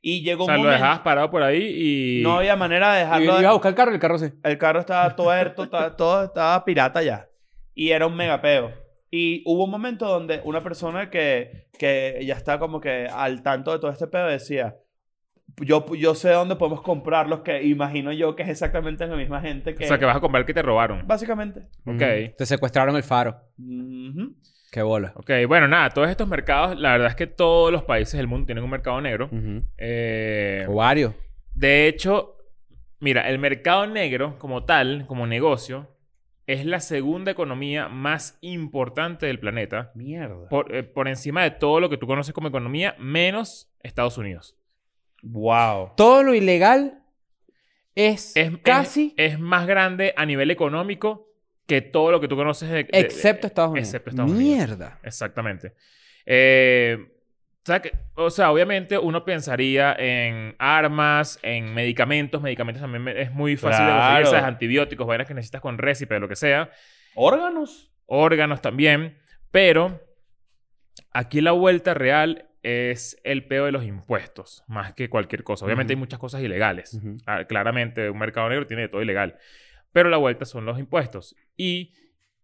[SPEAKER 3] Y llegó
[SPEAKER 2] O sea, lo
[SPEAKER 3] un momento...
[SPEAKER 2] dejabas parado por ahí y...
[SPEAKER 3] No había manera de
[SPEAKER 4] Y-
[SPEAKER 3] dejarlo...
[SPEAKER 4] y iba a buscar el carro y el carro sí.
[SPEAKER 3] El carro estaba tuerto, estaba, todo estaba pirata ya. Y era un megapeo. Y hubo un momento donde una persona que, que ya está como que al tanto de todo este pedo decía, yo, yo sé dónde podemos comprarlos, que imagino yo que es exactamente la misma gente que...
[SPEAKER 2] O sea, que vas a comprar que te robaron.
[SPEAKER 3] Básicamente.
[SPEAKER 2] Ok.
[SPEAKER 4] Te secuestraron el faro.
[SPEAKER 3] Ujú.
[SPEAKER 4] Qué bola.
[SPEAKER 2] Ok, bueno, nada, todos estos mercados, la verdad es que todos los países del mundo tienen un mercado negro.
[SPEAKER 4] Ujú.
[SPEAKER 2] Eh,
[SPEAKER 4] O varios.
[SPEAKER 2] de hecho, mira, el mercado negro como tal, como negocio, es la segunda economía más importante del planeta.
[SPEAKER 3] Mierda.
[SPEAKER 2] Por, eh, por encima de todo lo que tú conoces como economía, menos Estados Unidos.
[SPEAKER 3] Wow.
[SPEAKER 4] Todo lo ilegal es,
[SPEAKER 2] Es eh,
[SPEAKER 4] casi
[SPEAKER 2] Es, es más grande a nivel económico que todo lo que tú conoces. de- de- de-
[SPEAKER 4] excepto Estados Unidos.
[SPEAKER 2] eh, Excepto Estados Unidos.
[SPEAKER 4] Mierda.
[SPEAKER 2] Exactamente. Eh, o sea que- o sea, obviamente uno pensaría en armas, en medicamentos. Medicamentos también me- es muy fácil de conseguir.
[SPEAKER 3] Claro.
[SPEAKER 2] ¿sabes? Antibióticos, vainas que necesitas con récipe, lo que sea.
[SPEAKER 3] ¿Órganos?
[SPEAKER 2] Órganos también. Pero aquí la vuelta real es el peo de los impuestos, más que cualquier cosa. Obviamente
[SPEAKER 4] Ujú.
[SPEAKER 2] hay muchas cosas ilegales.
[SPEAKER 4] Ujú.
[SPEAKER 2] Ah, Claramente, un mercado negro tiene de todo ilegal. Pero la vuelta son los impuestos. Y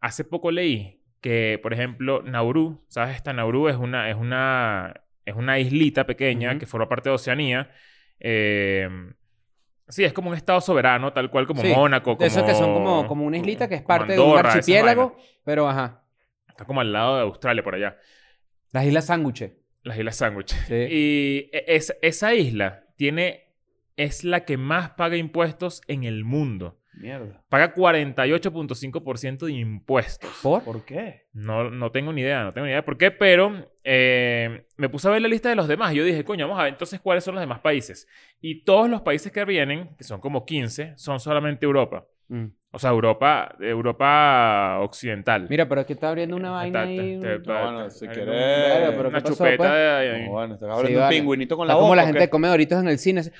[SPEAKER 2] hace poco leí que, por ejemplo, Nauru, ¿sabes? Esta Nauru es una, es una, es una islita pequeña
[SPEAKER 4] Ujú.
[SPEAKER 2] que forma parte de Oceanía. Eh, sí, es como un estado soberano, tal cual como
[SPEAKER 4] Sí,
[SPEAKER 2] Mónaco. Como,
[SPEAKER 4] De esos que son como, como una islita que es
[SPEAKER 2] como
[SPEAKER 4] parte de un
[SPEAKER 2] Andorra, esas
[SPEAKER 4] archipiélago,
[SPEAKER 2] vainas.
[SPEAKER 4] pero ajá.
[SPEAKER 2] Está como al lado de Australia, por allá.
[SPEAKER 4] Las islas sándwiches.
[SPEAKER 2] Las Islas Sándwich.
[SPEAKER 4] Sí.
[SPEAKER 2] Y e- es- esa isla tiene, es la que más paga impuestos en el mundo.
[SPEAKER 3] Mierda.
[SPEAKER 2] Paga 48.5% de impuestos.
[SPEAKER 4] ¿Por?
[SPEAKER 3] ¿Por qué?
[SPEAKER 2] No, no tengo ni idea, no tengo ni idea de por qué, pero eh, me puse a ver la lista de los demás. Yo dije, coño, vamos a ver entonces cuáles son los demás países. Y todos los países que vienen, que son como 15, son solamente Europa.
[SPEAKER 4] Mm.
[SPEAKER 2] O sea, Europa, Europa occidental.
[SPEAKER 4] Mira, pero aquí está abriendo una vaina
[SPEAKER 2] Está- está-
[SPEAKER 4] ahí.
[SPEAKER 2] está-
[SPEAKER 4] Está
[SPEAKER 2] está-
[SPEAKER 3] bueno,
[SPEAKER 2] está-
[SPEAKER 3] si
[SPEAKER 2] está-
[SPEAKER 3] querés.
[SPEAKER 2] una-
[SPEAKER 4] Pero, ¿qué
[SPEAKER 2] Una
[SPEAKER 4] pasó,
[SPEAKER 2] chupeta
[SPEAKER 4] pues?
[SPEAKER 2] de-
[SPEAKER 3] No, bueno, estás
[SPEAKER 4] Sí,
[SPEAKER 3] hablando de
[SPEAKER 4] vale.
[SPEAKER 3] un pingüinito con la boca.
[SPEAKER 4] como la
[SPEAKER 3] ¿o
[SPEAKER 4] gente
[SPEAKER 3] qué?
[SPEAKER 4] que come doritos en el cine. así.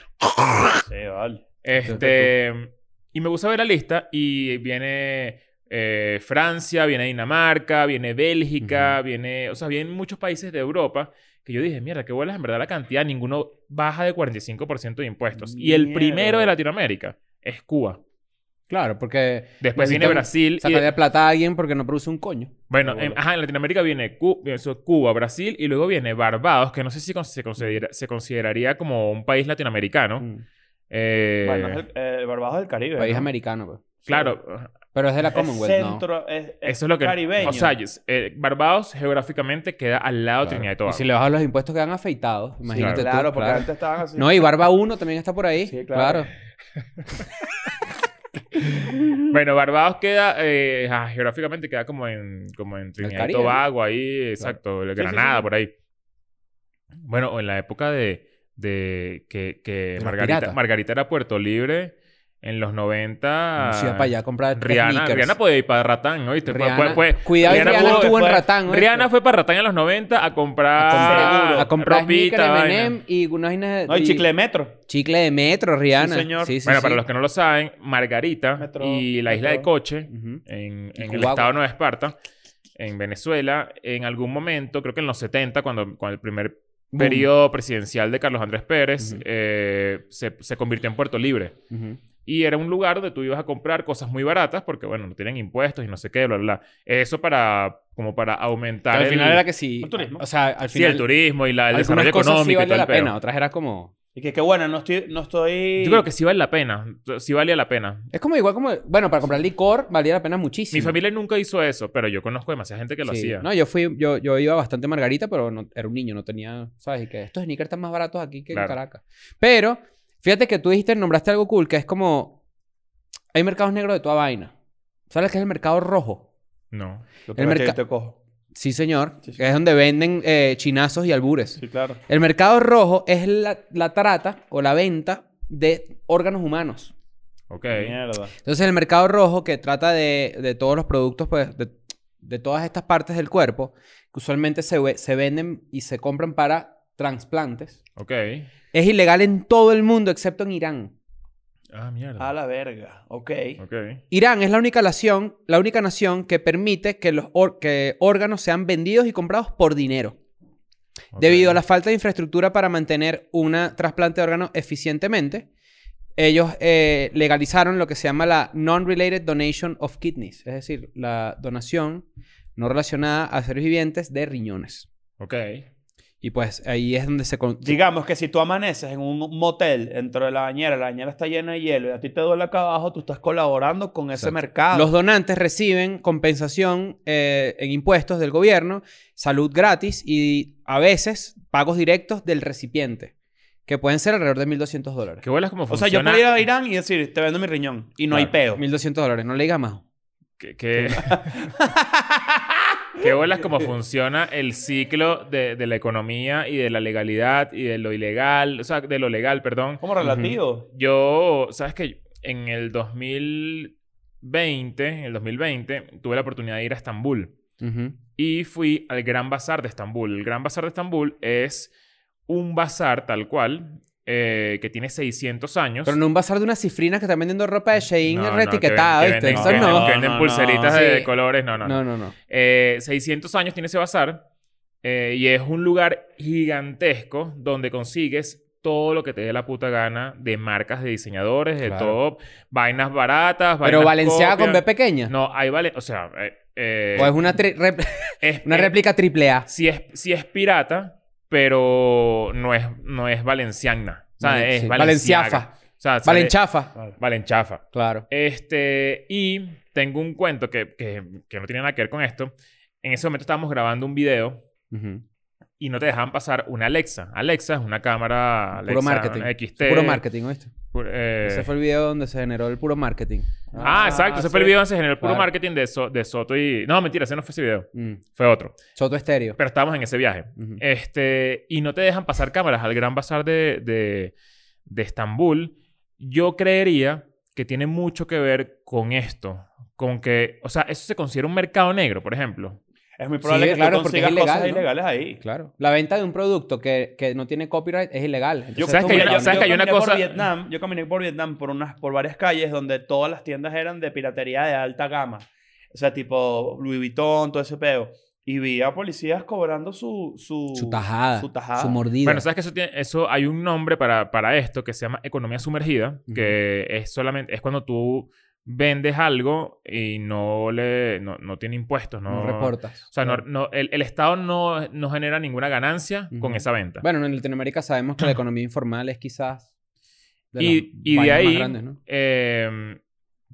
[SPEAKER 3] Sí, vale.
[SPEAKER 2] Este, y me gusta ver la lista y viene eh, Francia, viene Dinamarca, viene Bélgica, viene, o sea, vienen muchos países de Europa que yo dije, mierda, qué buena es en verdad la cantidad, ninguno baja de 45% de impuestos. Y el primero
[SPEAKER 3] Mierda.
[SPEAKER 2] de Latinoamérica es Cuba.
[SPEAKER 4] Claro, porque
[SPEAKER 2] Después viene
[SPEAKER 4] Necesitan
[SPEAKER 2] Brasil. y-
[SPEAKER 4] sacarle plata a alguien porque no produce un coño.
[SPEAKER 2] bueno,
[SPEAKER 3] Qué
[SPEAKER 2] en,
[SPEAKER 3] bola.
[SPEAKER 2] ajá, en Latinoamérica viene Cu- eso, Cuba, Brasil y luego viene Barbados, que no sé si con- se, considera- se consideraría como un país latinoamericano.
[SPEAKER 4] Mm.
[SPEAKER 2] Eh,
[SPEAKER 3] Bueno, es eh, el, el Barbados del Caribe.
[SPEAKER 4] País
[SPEAKER 3] ¿no?
[SPEAKER 4] americano, pues.
[SPEAKER 2] Claro,
[SPEAKER 4] Pero es de la Commonwealth,
[SPEAKER 3] es
[SPEAKER 4] ¿no?
[SPEAKER 3] centro, es, es
[SPEAKER 2] Eso es lo que.
[SPEAKER 3] caribeño.
[SPEAKER 2] O sea, yes, eh, Barbados geográficamente queda al lado de Trinidad y
[SPEAKER 4] Y
[SPEAKER 2] Tobago.
[SPEAKER 4] si le bajas los impuestos quedan afeitados. Imagínate
[SPEAKER 2] Claro,
[SPEAKER 4] tú,
[SPEAKER 3] claro, porque
[SPEAKER 4] claro.
[SPEAKER 3] antes estaban así.
[SPEAKER 4] No, y Barba 1 también está por ahí.
[SPEAKER 3] Sí,
[SPEAKER 4] claro.
[SPEAKER 3] claro.
[SPEAKER 2] Bueno, Barbados queda. eh, ah, geográficamente queda como en, como en Trinidad y
[SPEAKER 4] Caribe, ¿no?
[SPEAKER 2] Tobago, ahí, exacto.
[SPEAKER 3] sí,
[SPEAKER 2] Granada,
[SPEAKER 3] sí.
[SPEAKER 2] por ahí. Bueno, o en la época de. de que que
[SPEAKER 4] los
[SPEAKER 2] Margarita,
[SPEAKER 4] piratas.
[SPEAKER 2] Margarita era Puerto Libre en los 90.
[SPEAKER 4] Nos iba para allá a comprar tres
[SPEAKER 2] Rihanna,
[SPEAKER 4] sneakers.
[SPEAKER 2] Rihanna puede ir para Ratán, ¿oíste? Fue-
[SPEAKER 4] Rihanna-
[SPEAKER 2] fue- fue-
[SPEAKER 4] Cuidado, y
[SPEAKER 2] Rihanna
[SPEAKER 4] Rihanna
[SPEAKER 2] pudo-
[SPEAKER 4] estuvo en
[SPEAKER 3] fue-
[SPEAKER 4] Ratán. ¿oíste?
[SPEAKER 2] Rihanna fue para Ratán en los 90 a comprar,
[SPEAKER 3] comprar-
[SPEAKER 4] a comprar sneakers,
[SPEAKER 2] ropita, vaina.
[SPEAKER 4] M&M y unas vainas de-
[SPEAKER 3] No, y
[SPEAKER 4] y-
[SPEAKER 3] chicle metro.
[SPEAKER 4] chicle de metro, Rihanna.
[SPEAKER 3] Sí, señor.
[SPEAKER 4] Sí, sí,
[SPEAKER 2] bueno,
[SPEAKER 4] sí.
[SPEAKER 2] para los que no lo saben, Margarita
[SPEAKER 3] Metro-
[SPEAKER 2] y la isla de
[SPEAKER 3] metro.
[SPEAKER 2] Coche,
[SPEAKER 4] Ujú.
[SPEAKER 2] en,
[SPEAKER 4] Y
[SPEAKER 2] en el
[SPEAKER 4] Cuba.
[SPEAKER 2] estado de Nueva Esparta, en Venezuela, en algún momento, creo que en los 70, cuando, cuando el primer
[SPEAKER 4] Boom.
[SPEAKER 2] periodo presidencial de Carlos Andrés Pérez,
[SPEAKER 4] Ujú.
[SPEAKER 2] eh, se, se convirtió en Puerto Libre.
[SPEAKER 4] Ujú.
[SPEAKER 2] Y era un lugar donde tú ibas a comprar cosas muy baratas, porque bueno, no tienen impuestos y no sé qué, bla, bla. bla. Eso para, como para aumentar
[SPEAKER 4] Al
[SPEAKER 2] el,
[SPEAKER 4] final era que sí.
[SPEAKER 3] el turismo.
[SPEAKER 4] O sea, al
[SPEAKER 2] sí, el
[SPEAKER 4] final.
[SPEAKER 2] turismo y la, el
[SPEAKER 4] algunas
[SPEAKER 2] desarrollo
[SPEAKER 4] cosas
[SPEAKER 2] económico
[SPEAKER 4] sí
[SPEAKER 2] y todo
[SPEAKER 4] valía
[SPEAKER 2] el
[SPEAKER 4] la
[SPEAKER 2] peo.
[SPEAKER 4] pena, otras era como.
[SPEAKER 3] Y que, que bueno, no estoy, no estoy...
[SPEAKER 2] Yo creo que sí vale la pena, sí valía la pena.
[SPEAKER 4] Es como igual como. Bueno, para comprar licor valía la pena muchísimo.
[SPEAKER 2] Mi familia nunca hizo eso, pero yo conozco demasiada gente que lo
[SPEAKER 4] Sí.
[SPEAKER 2] hacía.
[SPEAKER 4] No, yo fui, yo, yo iba bastante a Margarita, pero no- era un niño, no tenía, ¿sabes? Y que estos sneakers están más baratos aquí que
[SPEAKER 2] Claro.
[SPEAKER 4] en Caracas. Pero, fíjate que tú dijiste, nombraste algo cool, que es como, hay mercados negros de toda vaina. ¿Sabes qué es el mercado rojo?
[SPEAKER 2] No.
[SPEAKER 3] Yo
[SPEAKER 4] el
[SPEAKER 3] creo que
[SPEAKER 4] merca-
[SPEAKER 3] te cojo.
[SPEAKER 4] Sí, señor.
[SPEAKER 3] Sí, sí.
[SPEAKER 4] Que es donde venden eh, chinazos y albures.
[SPEAKER 3] Sí, claro.
[SPEAKER 4] El mercado rojo es la, la trata o la venta de órganos humanos.
[SPEAKER 2] Ok.
[SPEAKER 3] Mierda.
[SPEAKER 4] Entonces, el mercado rojo que trata de, de todos los productos, pues, de, de todas estas partes del cuerpo, que usualmente se, ve- se venden y se compran para trasplantes,
[SPEAKER 2] Ok.
[SPEAKER 4] es ilegal en todo el mundo, excepto en Irán.
[SPEAKER 2] Ah, mierda.
[SPEAKER 3] A la verga. Ok.
[SPEAKER 2] Ok.
[SPEAKER 4] Irán es la única nación, la única nación que permite que los or- que órganos sean vendidos y comprados por dinero.
[SPEAKER 2] ok.
[SPEAKER 4] Debido a la falta de infraestructura para mantener una trasplante de órganos eficientemente, ellos eh, legalizaron lo que se llama la Non-Related Donation of Kidneys, es decir, la donación no relacionada a seres vivientes de riñones.
[SPEAKER 2] Ok.
[SPEAKER 4] Y pues ahí es donde se... con-
[SPEAKER 3] Digamos que si tú amaneces en un motel dentro de la bañera, la bañera está llena de hielo y a ti te duele acá abajo, tú estás colaborando con ese
[SPEAKER 4] Exacto.
[SPEAKER 3] mercado.
[SPEAKER 4] Ah. Los donantes reciben compensación eh, en impuestos del gobierno, salud gratis y a veces pagos directos del recipiente, que pueden ser alrededor de 1.200 dólares.
[SPEAKER 2] ¿Qué vuelas como
[SPEAKER 3] o sea, yo
[SPEAKER 2] funciona?
[SPEAKER 3] puedo ir a Irán y decir, te vendo mi riñón. Y no hay
[SPEAKER 2] Claro.
[SPEAKER 3] peo.
[SPEAKER 4] 1.200 dólares, no le digas más.
[SPEAKER 2] ¿Qué, qué... ¿Qué bolas cómo funciona el ciclo de, de la economía y de la legalidad y de lo ilegal? O sea, de lo legal, perdón.
[SPEAKER 3] Como relativo.
[SPEAKER 2] Yo, ¿sabes qué? En el 2020, en el 2020, tuve la oportunidad de ir a Estambul.
[SPEAKER 4] Ujú.
[SPEAKER 2] y fui al Gran Bazar de Estambul. El Gran Bazar de Estambul es un bazar tal cual eh, que tiene 600 años.
[SPEAKER 4] Pero no un bazar de unas cifrinas que están vendiendo ropa de Shein
[SPEAKER 2] Pues No, no,
[SPEAKER 4] reetiquetada,
[SPEAKER 2] que ven- que
[SPEAKER 4] ¿viste?
[SPEAKER 2] venden- que
[SPEAKER 4] Eso
[SPEAKER 2] venden-
[SPEAKER 4] no.
[SPEAKER 2] que venden
[SPEAKER 3] No, no,
[SPEAKER 2] pulseritas
[SPEAKER 4] no.
[SPEAKER 2] de
[SPEAKER 4] Sí.
[SPEAKER 2] colores. No, no, no.
[SPEAKER 4] No, no, no.
[SPEAKER 2] Eh, 600 años tiene ese bazar eh, y es un lugar gigantesco donde consigues todo lo que te dé la puta gana de marcas de diseñadores, de
[SPEAKER 4] Claro.
[SPEAKER 2] top, vainas baratas,
[SPEAKER 4] Pero
[SPEAKER 2] vainas
[SPEAKER 4] Valenciaga con B
[SPEAKER 2] copias.
[SPEAKER 4] pequeña.
[SPEAKER 2] No, hay vale, o sea, eh, eh,
[SPEAKER 4] o es una, tri- rep-
[SPEAKER 2] es-
[SPEAKER 4] una
[SPEAKER 2] es-
[SPEAKER 4] réplica triple A.
[SPEAKER 2] si es, sí es pirata, pero no es, no es valenciana. O sea,
[SPEAKER 4] Vale-
[SPEAKER 2] es
[SPEAKER 4] sí.
[SPEAKER 2] valenciaga.
[SPEAKER 4] Valenciafa.
[SPEAKER 2] O sea, sale-
[SPEAKER 4] Valenchafa.
[SPEAKER 2] Valenchafa.
[SPEAKER 4] Claro.
[SPEAKER 2] Este, y tengo un cuento que, que- que no tiene nada que ver con esto. En ese momento estábamos grabando un video
[SPEAKER 4] Ujú.
[SPEAKER 2] y no te dejaban pasar una Alexa. Alexa es una cámara Alexa
[SPEAKER 4] Puro marketing.
[SPEAKER 2] XT.
[SPEAKER 4] Puro marketing, ¿oíste?
[SPEAKER 2] pu- eh,
[SPEAKER 4] Ese fue el video donde se generó el puro marketing.
[SPEAKER 2] Ah, exacto. Ese fue el
[SPEAKER 3] sí.
[SPEAKER 2] video ese generó el puro
[SPEAKER 4] Claro.
[SPEAKER 2] marketing de, So- de Soto y... No, mentira. Ese no fue ese video.
[SPEAKER 4] Mm.
[SPEAKER 2] Fue otro.
[SPEAKER 4] Soto estéreo.
[SPEAKER 2] Pero estábamos en ese viaje.
[SPEAKER 4] Ujú.
[SPEAKER 2] Este, y no te dejan pasar cámaras al Gran Bazar de, de, de Estambul. Yo creería que tiene mucho que ver con esto. Con que, o sea, eso se considera un mercado negro, por ejemplo.
[SPEAKER 3] Es muy probable
[SPEAKER 4] Sí,
[SPEAKER 3] que
[SPEAKER 4] claro,
[SPEAKER 3] tú
[SPEAKER 4] porque es
[SPEAKER 3] consigas cosas
[SPEAKER 4] ilegal, ¿no?
[SPEAKER 3] ilegales ahí.
[SPEAKER 4] Claro. La venta de un producto que, que no tiene copyright es ilegal. Entonces,
[SPEAKER 3] Yo,
[SPEAKER 4] esto es
[SPEAKER 2] ¿Sabes que
[SPEAKER 4] un
[SPEAKER 2] hay-
[SPEAKER 4] mercado
[SPEAKER 3] caminé-
[SPEAKER 2] sabes que
[SPEAKER 4] negro.
[SPEAKER 2] hay
[SPEAKER 3] yo
[SPEAKER 2] una
[SPEAKER 3] caminé por
[SPEAKER 2] cosa-
[SPEAKER 3] Vietnam, yo caminé por Vietnam por, unas, por varias calles donde todas las tiendas eran de piratería de alta gama. O sea, tipo Louis Vuitton, todo ese peo. Y vi a policías cobrando su... Su,
[SPEAKER 4] Su tajada.
[SPEAKER 3] Su tajada.
[SPEAKER 4] Su mordida.
[SPEAKER 2] Bueno, sabes que eso, tiene, eso hay un nombre para, para esto que se llama economía sumergida, que es solamente, es cuando tú vendes algo y no le, no, no tiene impuestos, no,
[SPEAKER 4] no reportas.
[SPEAKER 2] O sea, no- no- el, el Estado no, no genera ninguna ganancia con
[SPEAKER 4] Ujú.
[SPEAKER 2] esa venta.
[SPEAKER 4] Bueno, en Latinoamérica sabemos que la economía informal es quizás.
[SPEAKER 2] y,
[SPEAKER 4] las
[SPEAKER 2] y de
[SPEAKER 4] vainas más
[SPEAKER 2] ahí,
[SPEAKER 4] grandes, ¿no?
[SPEAKER 2] eh,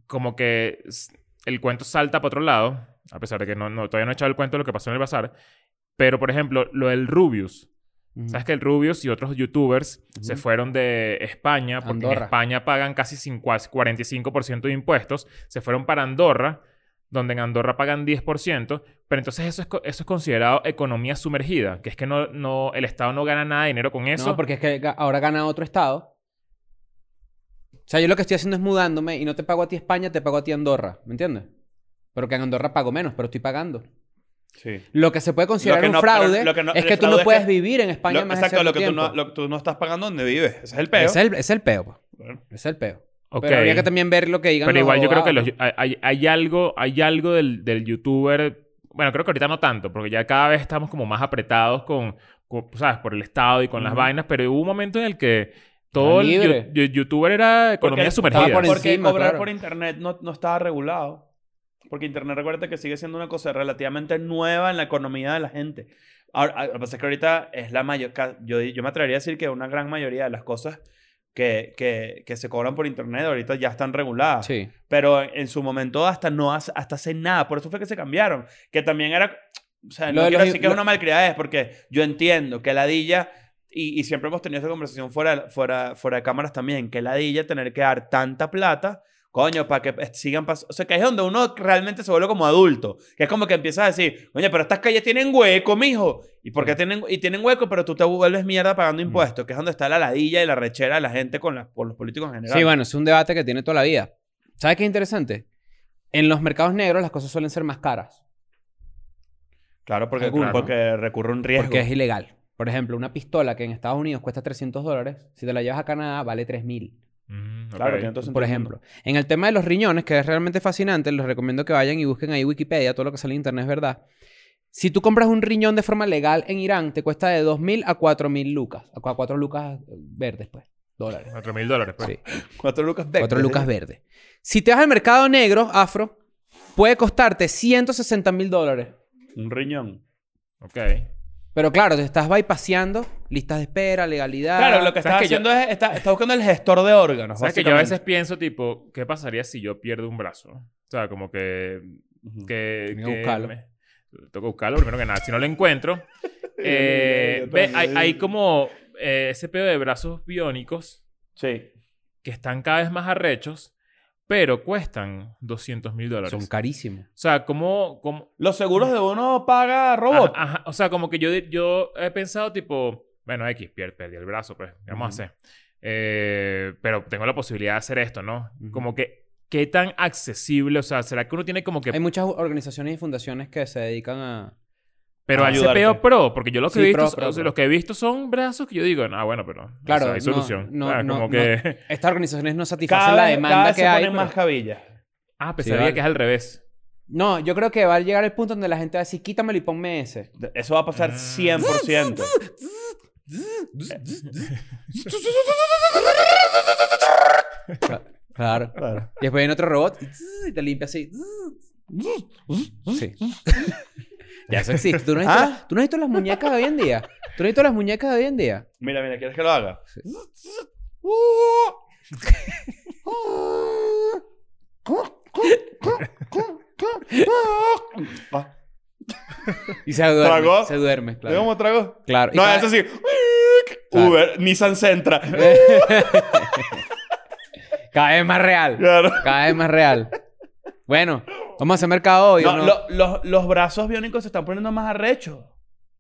[SPEAKER 2] como que s- el cuento salta para otro lado, a pesar de que no, no- todavía no he echado el cuento de lo que pasó en el bazar. Pero, por ejemplo, lo del Rubius.
[SPEAKER 4] Ujú.
[SPEAKER 2] ¿Sabes que el Rubius y otros youtubers se
[SPEAKER 4] Ujú.
[SPEAKER 2] fueron de España? Porque en
[SPEAKER 4] Andorra.
[SPEAKER 2] España pagan casi cincu- 45% de impuestos. Se fueron para Andorra, donde en Andorra pagan 10%. Pero entonces eso es, co- eso es considerado economía sumergida, que es que no, no, el Estado no gana nada de dinero con eso.
[SPEAKER 4] No, porque es que ga- ahora gana otro estado. O sea, yo lo que estoy haciendo es mudándome y no te pago a ti España, te pago a ti Andorra, ¿me entiendes? Pero que en Andorra pago menos, pero estoy pagando.
[SPEAKER 3] Sí.
[SPEAKER 4] Lo que se puede considerar
[SPEAKER 3] que
[SPEAKER 4] un
[SPEAKER 3] no- pero
[SPEAKER 4] fraude
[SPEAKER 3] lo que no-
[SPEAKER 4] es
[SPEAKER 3] el
[SPEAKER 4] que tú
[SPEAKER 3] fraude
[SPEAKER 4] no
[SPEAKER 3] es
[SPEAKER 4] puedes
[SPEAKER 3] que-
[SPEAKER 4] vivir en España
[SPEAKER 3] Lo-
[SPEAKER 4] más de
[SPEAKER 3] exacto,
[SPEAKER 4] cierto
[SPEAKER 3] lo que, tú
[SPEAKER 4] tiempo.
[SPEAKER 3] no, lo que tú no estás pagando donde vives. Ese es el peo.
[SPEAKER 4] Es el, es el peo, po.
[SPEAKER 3] Bueno.
[SPEAKER 4] Es el peo.
[SPEAKER 2] Ok.
[SPEAKER 4] Pero habría que también ver lo que digan
[SPEAKER 2] Pero
[SPEAKER 4] los
[SPEAKER 2] igual yo creo que
[SPEAKER 4] abogados,
[SPEAKER 2] los-
[SPEAKER 4] ¿no?
[SPEAKER 2] hay- hay, hay algo, hay algo del, del youtuber. Bueno, creo que ahorita no tanto, porque ya cada vez estamos como más apretados con, con, ¿sabes? Por el Estado y con las
[SPEAKER 4] Ujú.
[SPEAKER 2] vainas, pero hubo un momento en el que todo el
[SPEAKER 4] libre.
[SPEAKER 2] yu- yu- youtuber era economía
[SPEAKER 3] Porque-
[SPEAKER 2] sumergida.
[SPEAKER 4] estaba por
[SPEAKER 3] Porque
[SPEAKER 4] encima,
[SPEAKER 3] cobrar
[SPEAKER 4] claro.
[SPEAKER 3] por internet no, no estaba regulado. Porque internet, recuérdate que sigue siendo una cosa relativamente nueva en la economía de la gente. Ahora, ah, lo que pasa es que ahorita es la mayor... ca- Yo, yo me atrevería a decir que una gran mayoría de las cosas que, que, que se cobran por internet ahorita ya están reguladas.
[SPEAKER 4] Sí.
[SPEAKER 3] Pero en, en su momento hasta no hace, hasta hace nada. Por eso fue que se cambiaron. Que también era... O sea,
[SPEAKER 4] Lo
[SPEAKER 3] no
[SPEAKER 4] de
[SPEAKER 3] quiero
[SPEAKER 4] los-
[SPEAKER 3] decir que
[SPEAKER 4] lo-
[SPEAKER 3] es una malcriadez porque yo entiendo que la Dilla... Y, y siempre hemos tenido esta conversación fuera, fuera, fuera de cámaras también. Que la Dilla tener que dar tanta plata... Coño, para que eh, sigan pasando. O sea, que es donde uno realmente se vuelve como adulto. Que es como que empiezas a decir, coño, pero estas calles tienen hueco, mijo. ¿Y por qué tienen, y tienen hueco? Pero tú te vuelves mierda pagando impuestos. Que es donde está la ladilla y la rechera de la gente con, la- con los políticos en general.
[SPEAKER 4] Sí, bueno, es un debate que tiene toda la vida. ¿Sabes qué es interesante? En los mercados negros las cosas suelen ser más caras.
[SPEAKER 3] Claro, porque,
[SPEAKER 4] Algunos,
[SPEAKER 3] porque recurre un riesgo.
[SPEAKER 4] Porque es ilegal. Por ejemplo, una pistola que en Estados Unidos cuesta 300 dólares, si te la llevas a Canadá vale 3000.
[SPEAKER 2] Mm, ok.
[SPEAKER 3] Claro, tiene todo
[SPEAKER 4] Por
[SPEAKER 3] sentido.
[SPEAKER 4] ejemplo, en el tema de los riñones, que es realmente fascinante, les recomiendo que vayan y busquen ahí Wikipedia, todo lo que sale en internet es verdad. Si tú compras un riñón de forma legal en Irán, te cuesta de 2.000 a 4.000 lucas. A 4 lucas verdes, pues. Dólares.
[SPEAKER 2] Cuatro mil dólares, pues.
[SPEAKER 4] Sí.
[SPEAKER 3] Cuatro lucas verdes.
[SPEAKER 4] 4 lucas verdes. Si te vas al mercado negro, afro, puede costarte 160 mil dólares.
[SPEAKER 3] Un riñón.
[SPEAKER 2] Ok.
[SPEAKER 4] Pero claro, te estás bypaseando listas de espera, legalidad.
[SPEAKER 3] Claro, lo que
[SPEAKER 2] ¿sabes
[SPEAKER 3] estás
[SPEAKER 2] que yo-
[SPEAKER 3] haciendo es... Estás está buscando el gestor de órganos,
[SPEAKER 2] ¿Sabes que yo a veces
[SPEAKER 3] básicamente.
[SPEAKER 2] pienso, tipo, ¿qué pasaría si yo pierdo un brazo? O sea, como que.
[SPEAKER 3] Ujú.
[SPEAKER 2] que,
[SPEAKER 4] Tengo que
[SPEAKER 2] que
[SPEAKER 4] buscarlo.
[SPEAKER 2] me- Tengo que buscarlo primero que nada. Si no lo encuentro, Eh,
[SPEAKER 3] Yo
[SPEAKER 2] ve, hay,
[SPEAKER 3] también.
[SPEAKER 2] hay como eh, ese pedo de brazos biónicos
[SPEAKER 3] Sí.
[SPEAKER 2] que están cada vez más arrechos, pero cuestan 200 mil dólares.
[SPEAKER 4] Son
[SPEAKER 2] O
[SPEAKER 4] carísimos.
[SPEAKER 2] sea, como... como
[SPEAKER 3] Los seguros de uno paga robot.
[SPEAKER 2] Ajá, ajá. o sea, como que yo, di- yo he pensado tipo, bueno, X, pier- perdí el brazo, pues, ¿qué vamos a hacer? Eh, pero tengo la posibilidad de hacer esto, ¿no?
[SPEAKER 4] Ujú.
[SPEAKER 2] Como que, ¿qué tan accesible? O sea, ¿será que uno tiene como que...
[SPEAKER 4] Hay muchas organizaciones y fundaciones que se dedican a...
[SPEAKER 2] Pero
[SPEAKER 3] Ah,
[SPEAKER 2] al
[SPEAKER 3] ayudarte.
[SPEAKER 2] CPO Pro, porque yo los que, he
[SPEAKER 4] Sí,
[SPEAKER 2] visto,
[SPEAKER 4] pro,
[SPEAKER 2] son-
[SPEAKER 4] pro,
[SPEAKER 2] o sea,
[SPEAKER 4] pro.
[SPEAKER 2] los que he visto son brazos que yo digo, ah, bueno, pero o
[SPEAKER 4] Claro,
[SPEAKER 2] sea, hay
[SPEAKER 4] no,
[SPEAKER 2] solución.
[SPEAKER 4] no,
[SPEAKER 2] Ah,
[SPEAKER 4] no,
[SPEAKER 2] como
[SPEAKER 4] no.
[SPEAKER 2] que...
[SPEAKER 4] Estas organizaciones no satisfacen
[SPEAKER 3] Cada
[SPEAKER 4] la
[SPEAKER 3] vez,
[SPEAKER 4] demanda
[SPEAKER 3] cada vez
[SPEAKER 4] que
[SPEAKER 3] se
[SPEAKER 4] hay.
[SPEAKER 3] ponen
[SPEAKER 4] pero-
[SPEAKER 3] más cabillas.
[SPEAKER 2] Ah,
[SPEAKER 4] Sí,
[SPEAKER 2] pensaría
[SPEAKER 4] vale.
[SPEAKER 2] que es al revés.
[SPEAKER 4] No, yo creo que va a llegar el punto donde la gente va a decir, quítamelo y ponme ese.
[SPEAKER 3] Eso va a pasar
[SPEAKER 4] Ah.
[SPEAKER 3] 100%.
[SPEAKER 4] Claro.
[SPEAKER 3] Claro.
[SPEAKER 4] Y después viene otro robot y tss, y te limpia así. Sí. ya eso existe. ¿Tú no, has visto
[SPEAKER 3] ¿Ah?
[SPEAKER 4] las- tú no has visto las muñecas de hoy en día. Tú no has visto las muñecas de hoy en día.
[SPEAKER 3] Mira, mira, ¿quieres que lo haga? Ah,
[SPEAKER 4] Y se duerme.
[SPEAKER 3] Tragó.
[SPEAKER 4] Se duerme,
[SPEAKER 3] ¿Le
[SPEAKER 4] claro.
[SPEAKER 3] damos trago?
[SPEAKER 4] Claro. Y
[SPEAKER 3] No,
[SPEAKER 4] cada-
[SPEAKER 3] es así.
[SPEAKER 4] Claro.
[SPEAKER 3] Uber, Nissan Sentra.
[SPEAKER 4] Cada vez más real.
[SPEAKER 3] Claro.
[SPEAKER 4] Cada vez más real. Bueno, vamos a hacer mercado hoy.
[SPEAKER 3] No,
[SPEAKER 4] ¿o no?
[SPEAKER 3] lo- los, los brazos biónicos se están poniendo más arrechos.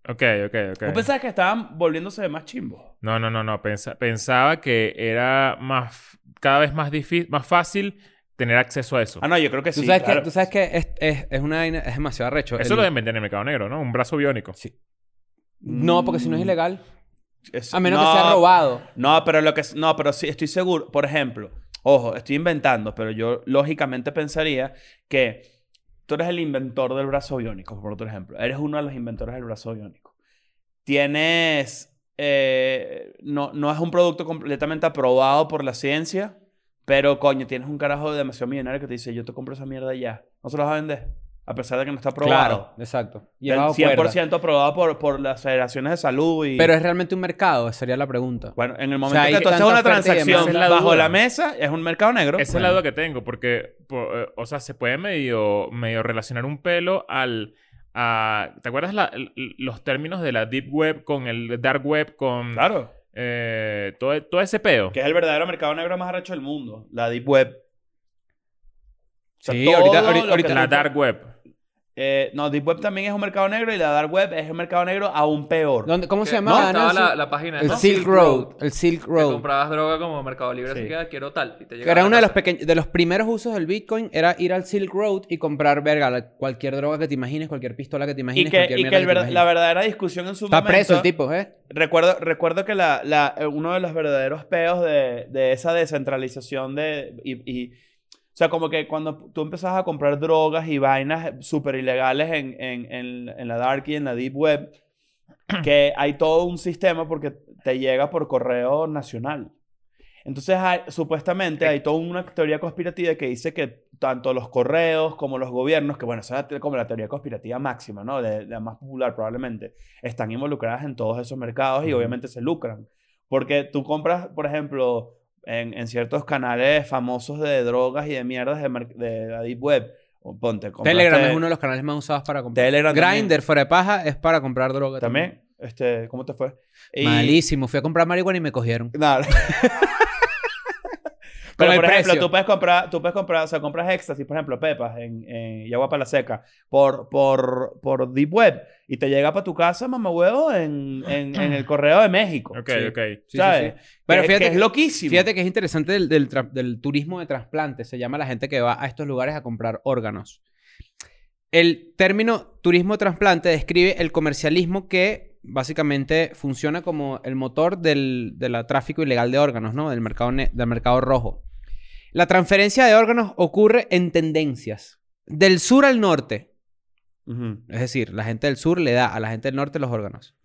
[SPEAKER 2] Ok, ok, ok.
[SPEAKER 3] ¿Vos pensabas que estaban volviéndose más chimbos?
[SPEAKER 2] No, no, no, no. Pensa- pensaba que era más, cada vez más difícil, más fácil tener acceso a eso.
[SPEAKER 3] Ah, no, yo creo que
[SPEAKER 4] ¿Tú,
[SPEAKER 3] sí.
[SPEAKER 4] sabes
[SPEAKER 3] claro.
[SPEAKER 4] que, tú sabes que es, es, es una vaina- es demasiado arrecho.
[SPEAKER 2] eso
[SPEAKER 4] El-
[SPEAKER 2] lo deben vender en el mercado negro, ¿no? Un brazo biónico.
[SPEAKER 4] Sí. No, porque si no es ilegal.
[SPEAKER 3] Mm, Es-
[SPEAKER 4] A menos
[SPEAKER 3] no,
[SPEAKER 4] que sea robado.
[SPEAKER 3] No, pero lo que es- no, pero sí estoy seguro, por ejemplo, ojo, estoy inventando, pero yo lógicamente pensaría que tú eres el inventor del brazo biónico, por otro ejemplo, eres uno de los inventores del brazo biónico. Tienes eh, no, no es un producto completamente aprobado por la ciencia, pero coño, tienes un carajo de demasiado millonario que te dice, "Yo te compro esa mierda ya." ¿No se la vas a vender? a pesar de que no está aprobado.
[SPEAKER 4] Claro, exacto.
[SPEAKER 3] Del
[SPEAKER 4] Llevado
[SPEAKER 3] 100%
[SPEAKER 4] cuerda.
[SPEAKER 3] aprobado por, por las federaciones de salud y...
[SPEAKER 4] Pero es realmente un mercado, sería la pregunta.
[SPEAKER 3] Bueno, en el
[SPEAKER 4] O
[SPEAKER 3] momento
[SPEAKER 4] sea, hay
[SPEAKER 3] que tú haces
[SPEAKER 4] tanta
[SPEAKER 3] una
[SPEAKER 4] oferta y demanda.
[SPEAKER 2] Esa
[SPEAKER 3] transacción
[SPEAKER 2] es la
[SPEAKER 3] bajo
[SPEAKER 2] duda.
[SPEAKER 3] la mesa, es un mercado negro.
[SPEAKER 2] Esa es la duda que tengo, porque, po- eh, o sea, se puede medio, medio relacionar un pelo al... a- ¿Te acuerdas la- l- los términos de la Deep Web con el Dark Web, con
[SPEAKER 3] Claro.
[SPEAKER 2] eh, todo, todo ese peo?
[SPEAKER 3] Que es el verdadero mercado negro más arrecho del mundo. La Deep Web. O sea,
[SPEAKER 4] Sí,
[SPEAKER 3] todo
[SPEAKER 4] ahorita-
[SPEAKER 3] lo
[SPEAKER 4] ahorita-
[SPEAKER 3] que
[SPEAKER 4] ahorita-
[SPEAKER 3] tú-
[SPEAKER 2] La Dark Web.
[SPEAKER 3] Eh, no, Deep Web también es un mercado negro y la Dark Web es un mercado negro aún peor.
[SPEAKER 4] ¿Dónde- ¿Cómo se
[SPEAKER 5] Que-
[SPEAKER 4] llamaba?
[SPEAKER 5] No, estaba
[SPEAKER 4] Nancy?
[SPEAKER 5] la, la página.
[SPEAKER 4] el
[SPEAKER 5] ¿no?
[SPEAKER 4] Silk Road. El Silk
[SPEAKER 5] Que
[SPEAKER 4] Road.
[SPEAKER 5] comprabas droga como Mercado Libre,
[SPEAKER 3] Sí.
[SPEAKER 5] así que ah, quiero tal. Y te
[SPEAKER 4] Que
[SPEAKER 5] llegaba a
[SPEAKER 4] era
[SPEAKER 5] la
[SPEAKER 4] uno de los,
[SPEAKER 5] casa.
[SPEAKER 4] peque- de los primeros usos del Bitcoin, era ir al Silk Road y comprar, verga, la- cualquier droga que te imagines, cualquier pistola que te
[SPEAKER 3] y
[SPEAKER 4] imagines,
[SPEAKER 3] que,
[SPEAKER 4] cualquier
[SPEAKER 3] y que
[SPEAKER 4] mierda
[SPEAKER 3] el
[SPEAKER 4] que
[SPEAKER 3] ver-
[SPEAKER 4] te
[SPEAKER 3] la
[SPEAKER 4] imagines.
[SPEAKER 3] verdadera discusión en su
[SPEAKER 4] Está
[SPEAKER 3] momento...
[SPEAKER 4] preso el tipo, ¿eh?
[SPEAKER 3] Recuerdo, recuerdo que la, la- eh, uno de los verdaderos peos de, de esa descentralización de... Y, y- o sea, como que cuando tú empezabas a comprar drogas y vainas súper ilegales en, en- en- en la dark y en la deep web, que hay todo un sistema porque te llega por correo nacional. Entonces, hay- supuestamente hay toda una teoría conspirativa que dice que tanto los correos como los gobiernos, que bueno, esa es la te- como la teoría conspirativa máxima, ¿no? De- la más popular probablemente, están involucradas en todos esos mercados y obviamente se lucran. Porque tú compras, por ejemplo, en, en ciertos canales famosos de drogas y de mierdas de, mer- de la Deep Web, o ponte,
[SPEAKER 4] Telegram
[SPEAKER 3] compraste-
[SPEAKER 4] es uno de los canales más usados para comprar.
[SPEAKER 3] Telegram también.
[SPEAKER 4] Grindr, fuera de paja, es para comprar droga también.
[SPEAKER 3] También, este, ¿cómo te fue? Y-
[SPEAKER 4] Malísimo. Fui a comprar marihuana y me cogieron.
[SPEAKER 3] Nada.
[SPEAKER 4] Con
[SPEAKER 3] Pero,
[SPEAKER 4] el
[SPEAKER 3] por ejemplo,
[SPEAKER 4] precio.
[SPEAKER 3] tú puedes comprar, tú puedes comprar, o sea, compras éxtasis, por ejemplo, pepas en, en Yagua Palaseca por, por, por Deep Web y te llega para tu casa, mamá huevo, en, en, en el correo de México.
[SPEAKER 2] Ok,
[SPEAKER 4] Oh, Sí.
[SPEAKER 2] ok.
[SPEAKER 4] Sí, sí,
[SPEAKER 3] ¿Sabes?
[SPEAKER 4] sí. Pero
[SPEAKER 3] que,
[SPEAKER 4] fíjate
[SPEAKER 3] que es
[SPEAKER 4] que-
[SPEAKER 3] loquísimo.
[SPEAKER 4] Fíjate que es interesante del, del tra- del turismo de trasplante. Se llama la gente que va a estos lugares a comprar órganos. El término turismo de trasplante describe el comercialismo que básicamente funciona como el motor del, de la tráfico ilegal de órganos, ¿no? Del mercado, ne- del mercado rojo. La transferencia de órganos ocurre en tendencias. Del sur al norte,
[SPEAKER 3] Ujú.
[SPEAKER 4] es decir, la gente del sur le da a la gente del norte los órganos.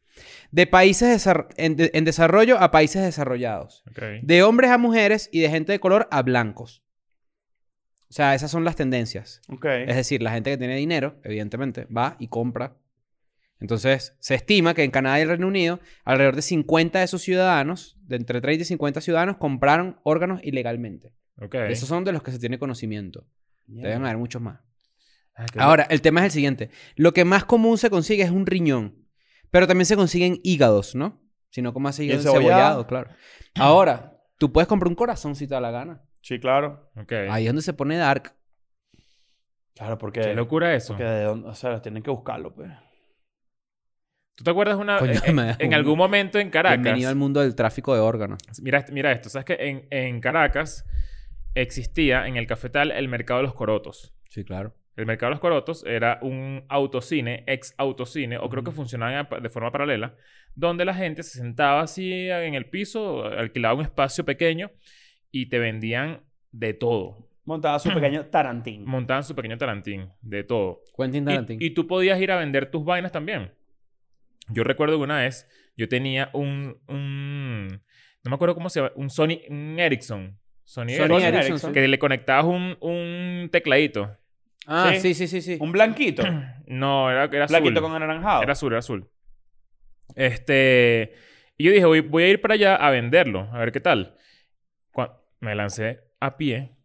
[SPEAKER 4] De países desar- en- de- en desarrollo a países desarrollados.
[SPEAKER 2] ok.
[SPEAKER 4] De hombres a mujeres y de gente de color a blancos. O sea, esas son las tendencias.
[SPEAKER 3] Ok.
[SPEAKER 4] Es decir, la gente que tiene dinero, evidentemente, va y compra. Entonces, se estima que en Canadá y el Reino Unido, alrededor de 50 de sus ciudadanos, de entre 30 y 50 ciudadanos, compraron órganos ilegalmente.
[SPEAKER 2] ok.
[SPEAKER 4] Esos son de los que se tiene conocimiento. Deben haber muchos más.
[SPEAKER 2] Ah, qué
[SPEAKER 4] Ahora, el tema es el siguiente. Lo que más común se consigue es un riñón. Pero también se consiguen hígados, ¿no? Si no, ¿cómo hace hígado
[SPEAKER 3] cebollado?
[SPEAKER 4] cebollado? Claro. Ahora, tú puedes comprar un corazón si te da la gana.
[SPEAKER 3] Sí, claro.
[SPEAKER 2] Ok.
[SPEAKER 4] Ahí es donde se pone dark.
[SPEAKER 3] Claro, porque.
[SPEAKER 2] Qué locura eso.
[SPEAKER 3] porque de dónde- o sea, tienen que buscarlo, pues.
[SPEAKER 2] ¿Tú te acuerdas una...
[SPEAKER 4] Coño,
[SPEAKER 2] eh,
[SPEAKER 4] me da
[SPEAKER 2] en
[SPEAKER 4] un-
[SPEAKER 2] algún momento en Caracas...
[SPEAKER 4] Bienvenido al mundo del tráfico de órganos.
[SPEAKER 2] Mira, este- mira esto. ¿Sabes que en, en Caracas existía en el Cafetal el Mercado de los Corotos?
[SPEAKER 4] Sí, claro.
[SPEAKER 2] El Mercado de los Corotos era un autocine, ex autocine, o creo que funcionaba de forma paralela, donde la gente se sentaba así en el piso, alquilaba un espacio pequeño y te vendían de todo.
[SPEAKER 3] Montaba su pequeño Tarantín.
[SPEAKER 2] Montaban su pequeño tarantín, de todo.
[SPEAKER 4] Quentin
[SPEAKER 2] Y-
[SPEAKER 4] Tarantino.
[SPEAKER 2] Y, tú podías ir a vender tus vainas también. Yo recuerdo que una vez yo tenía un, un no me acuerdo cómo se llama, un Sony, un Ericsson. Sony,
[SPEAKER 4] Sony
[SPEAKER 2] Ericsson,
[SPEAKER 4] Ericsson, sí.
[SPEAKER 2] Que le conectabas un, un tecladito.
[SPEAKER 4] Ah,
[SPEAKER 3] Sí.
[SPEAKER 4] sí, sí, sí, sí.
[SPEAKER 3] Un blanquito.
[SPEAKER 2] No, era, era azul.
[SPEAKER 3] blanquito con anaranjado.
[SPEAKER 2] Era azul, era azul. Este. Y yo dije, voy, voy a ir para allá a venderlo, a ver qué tal. Cua- me lancé a pie,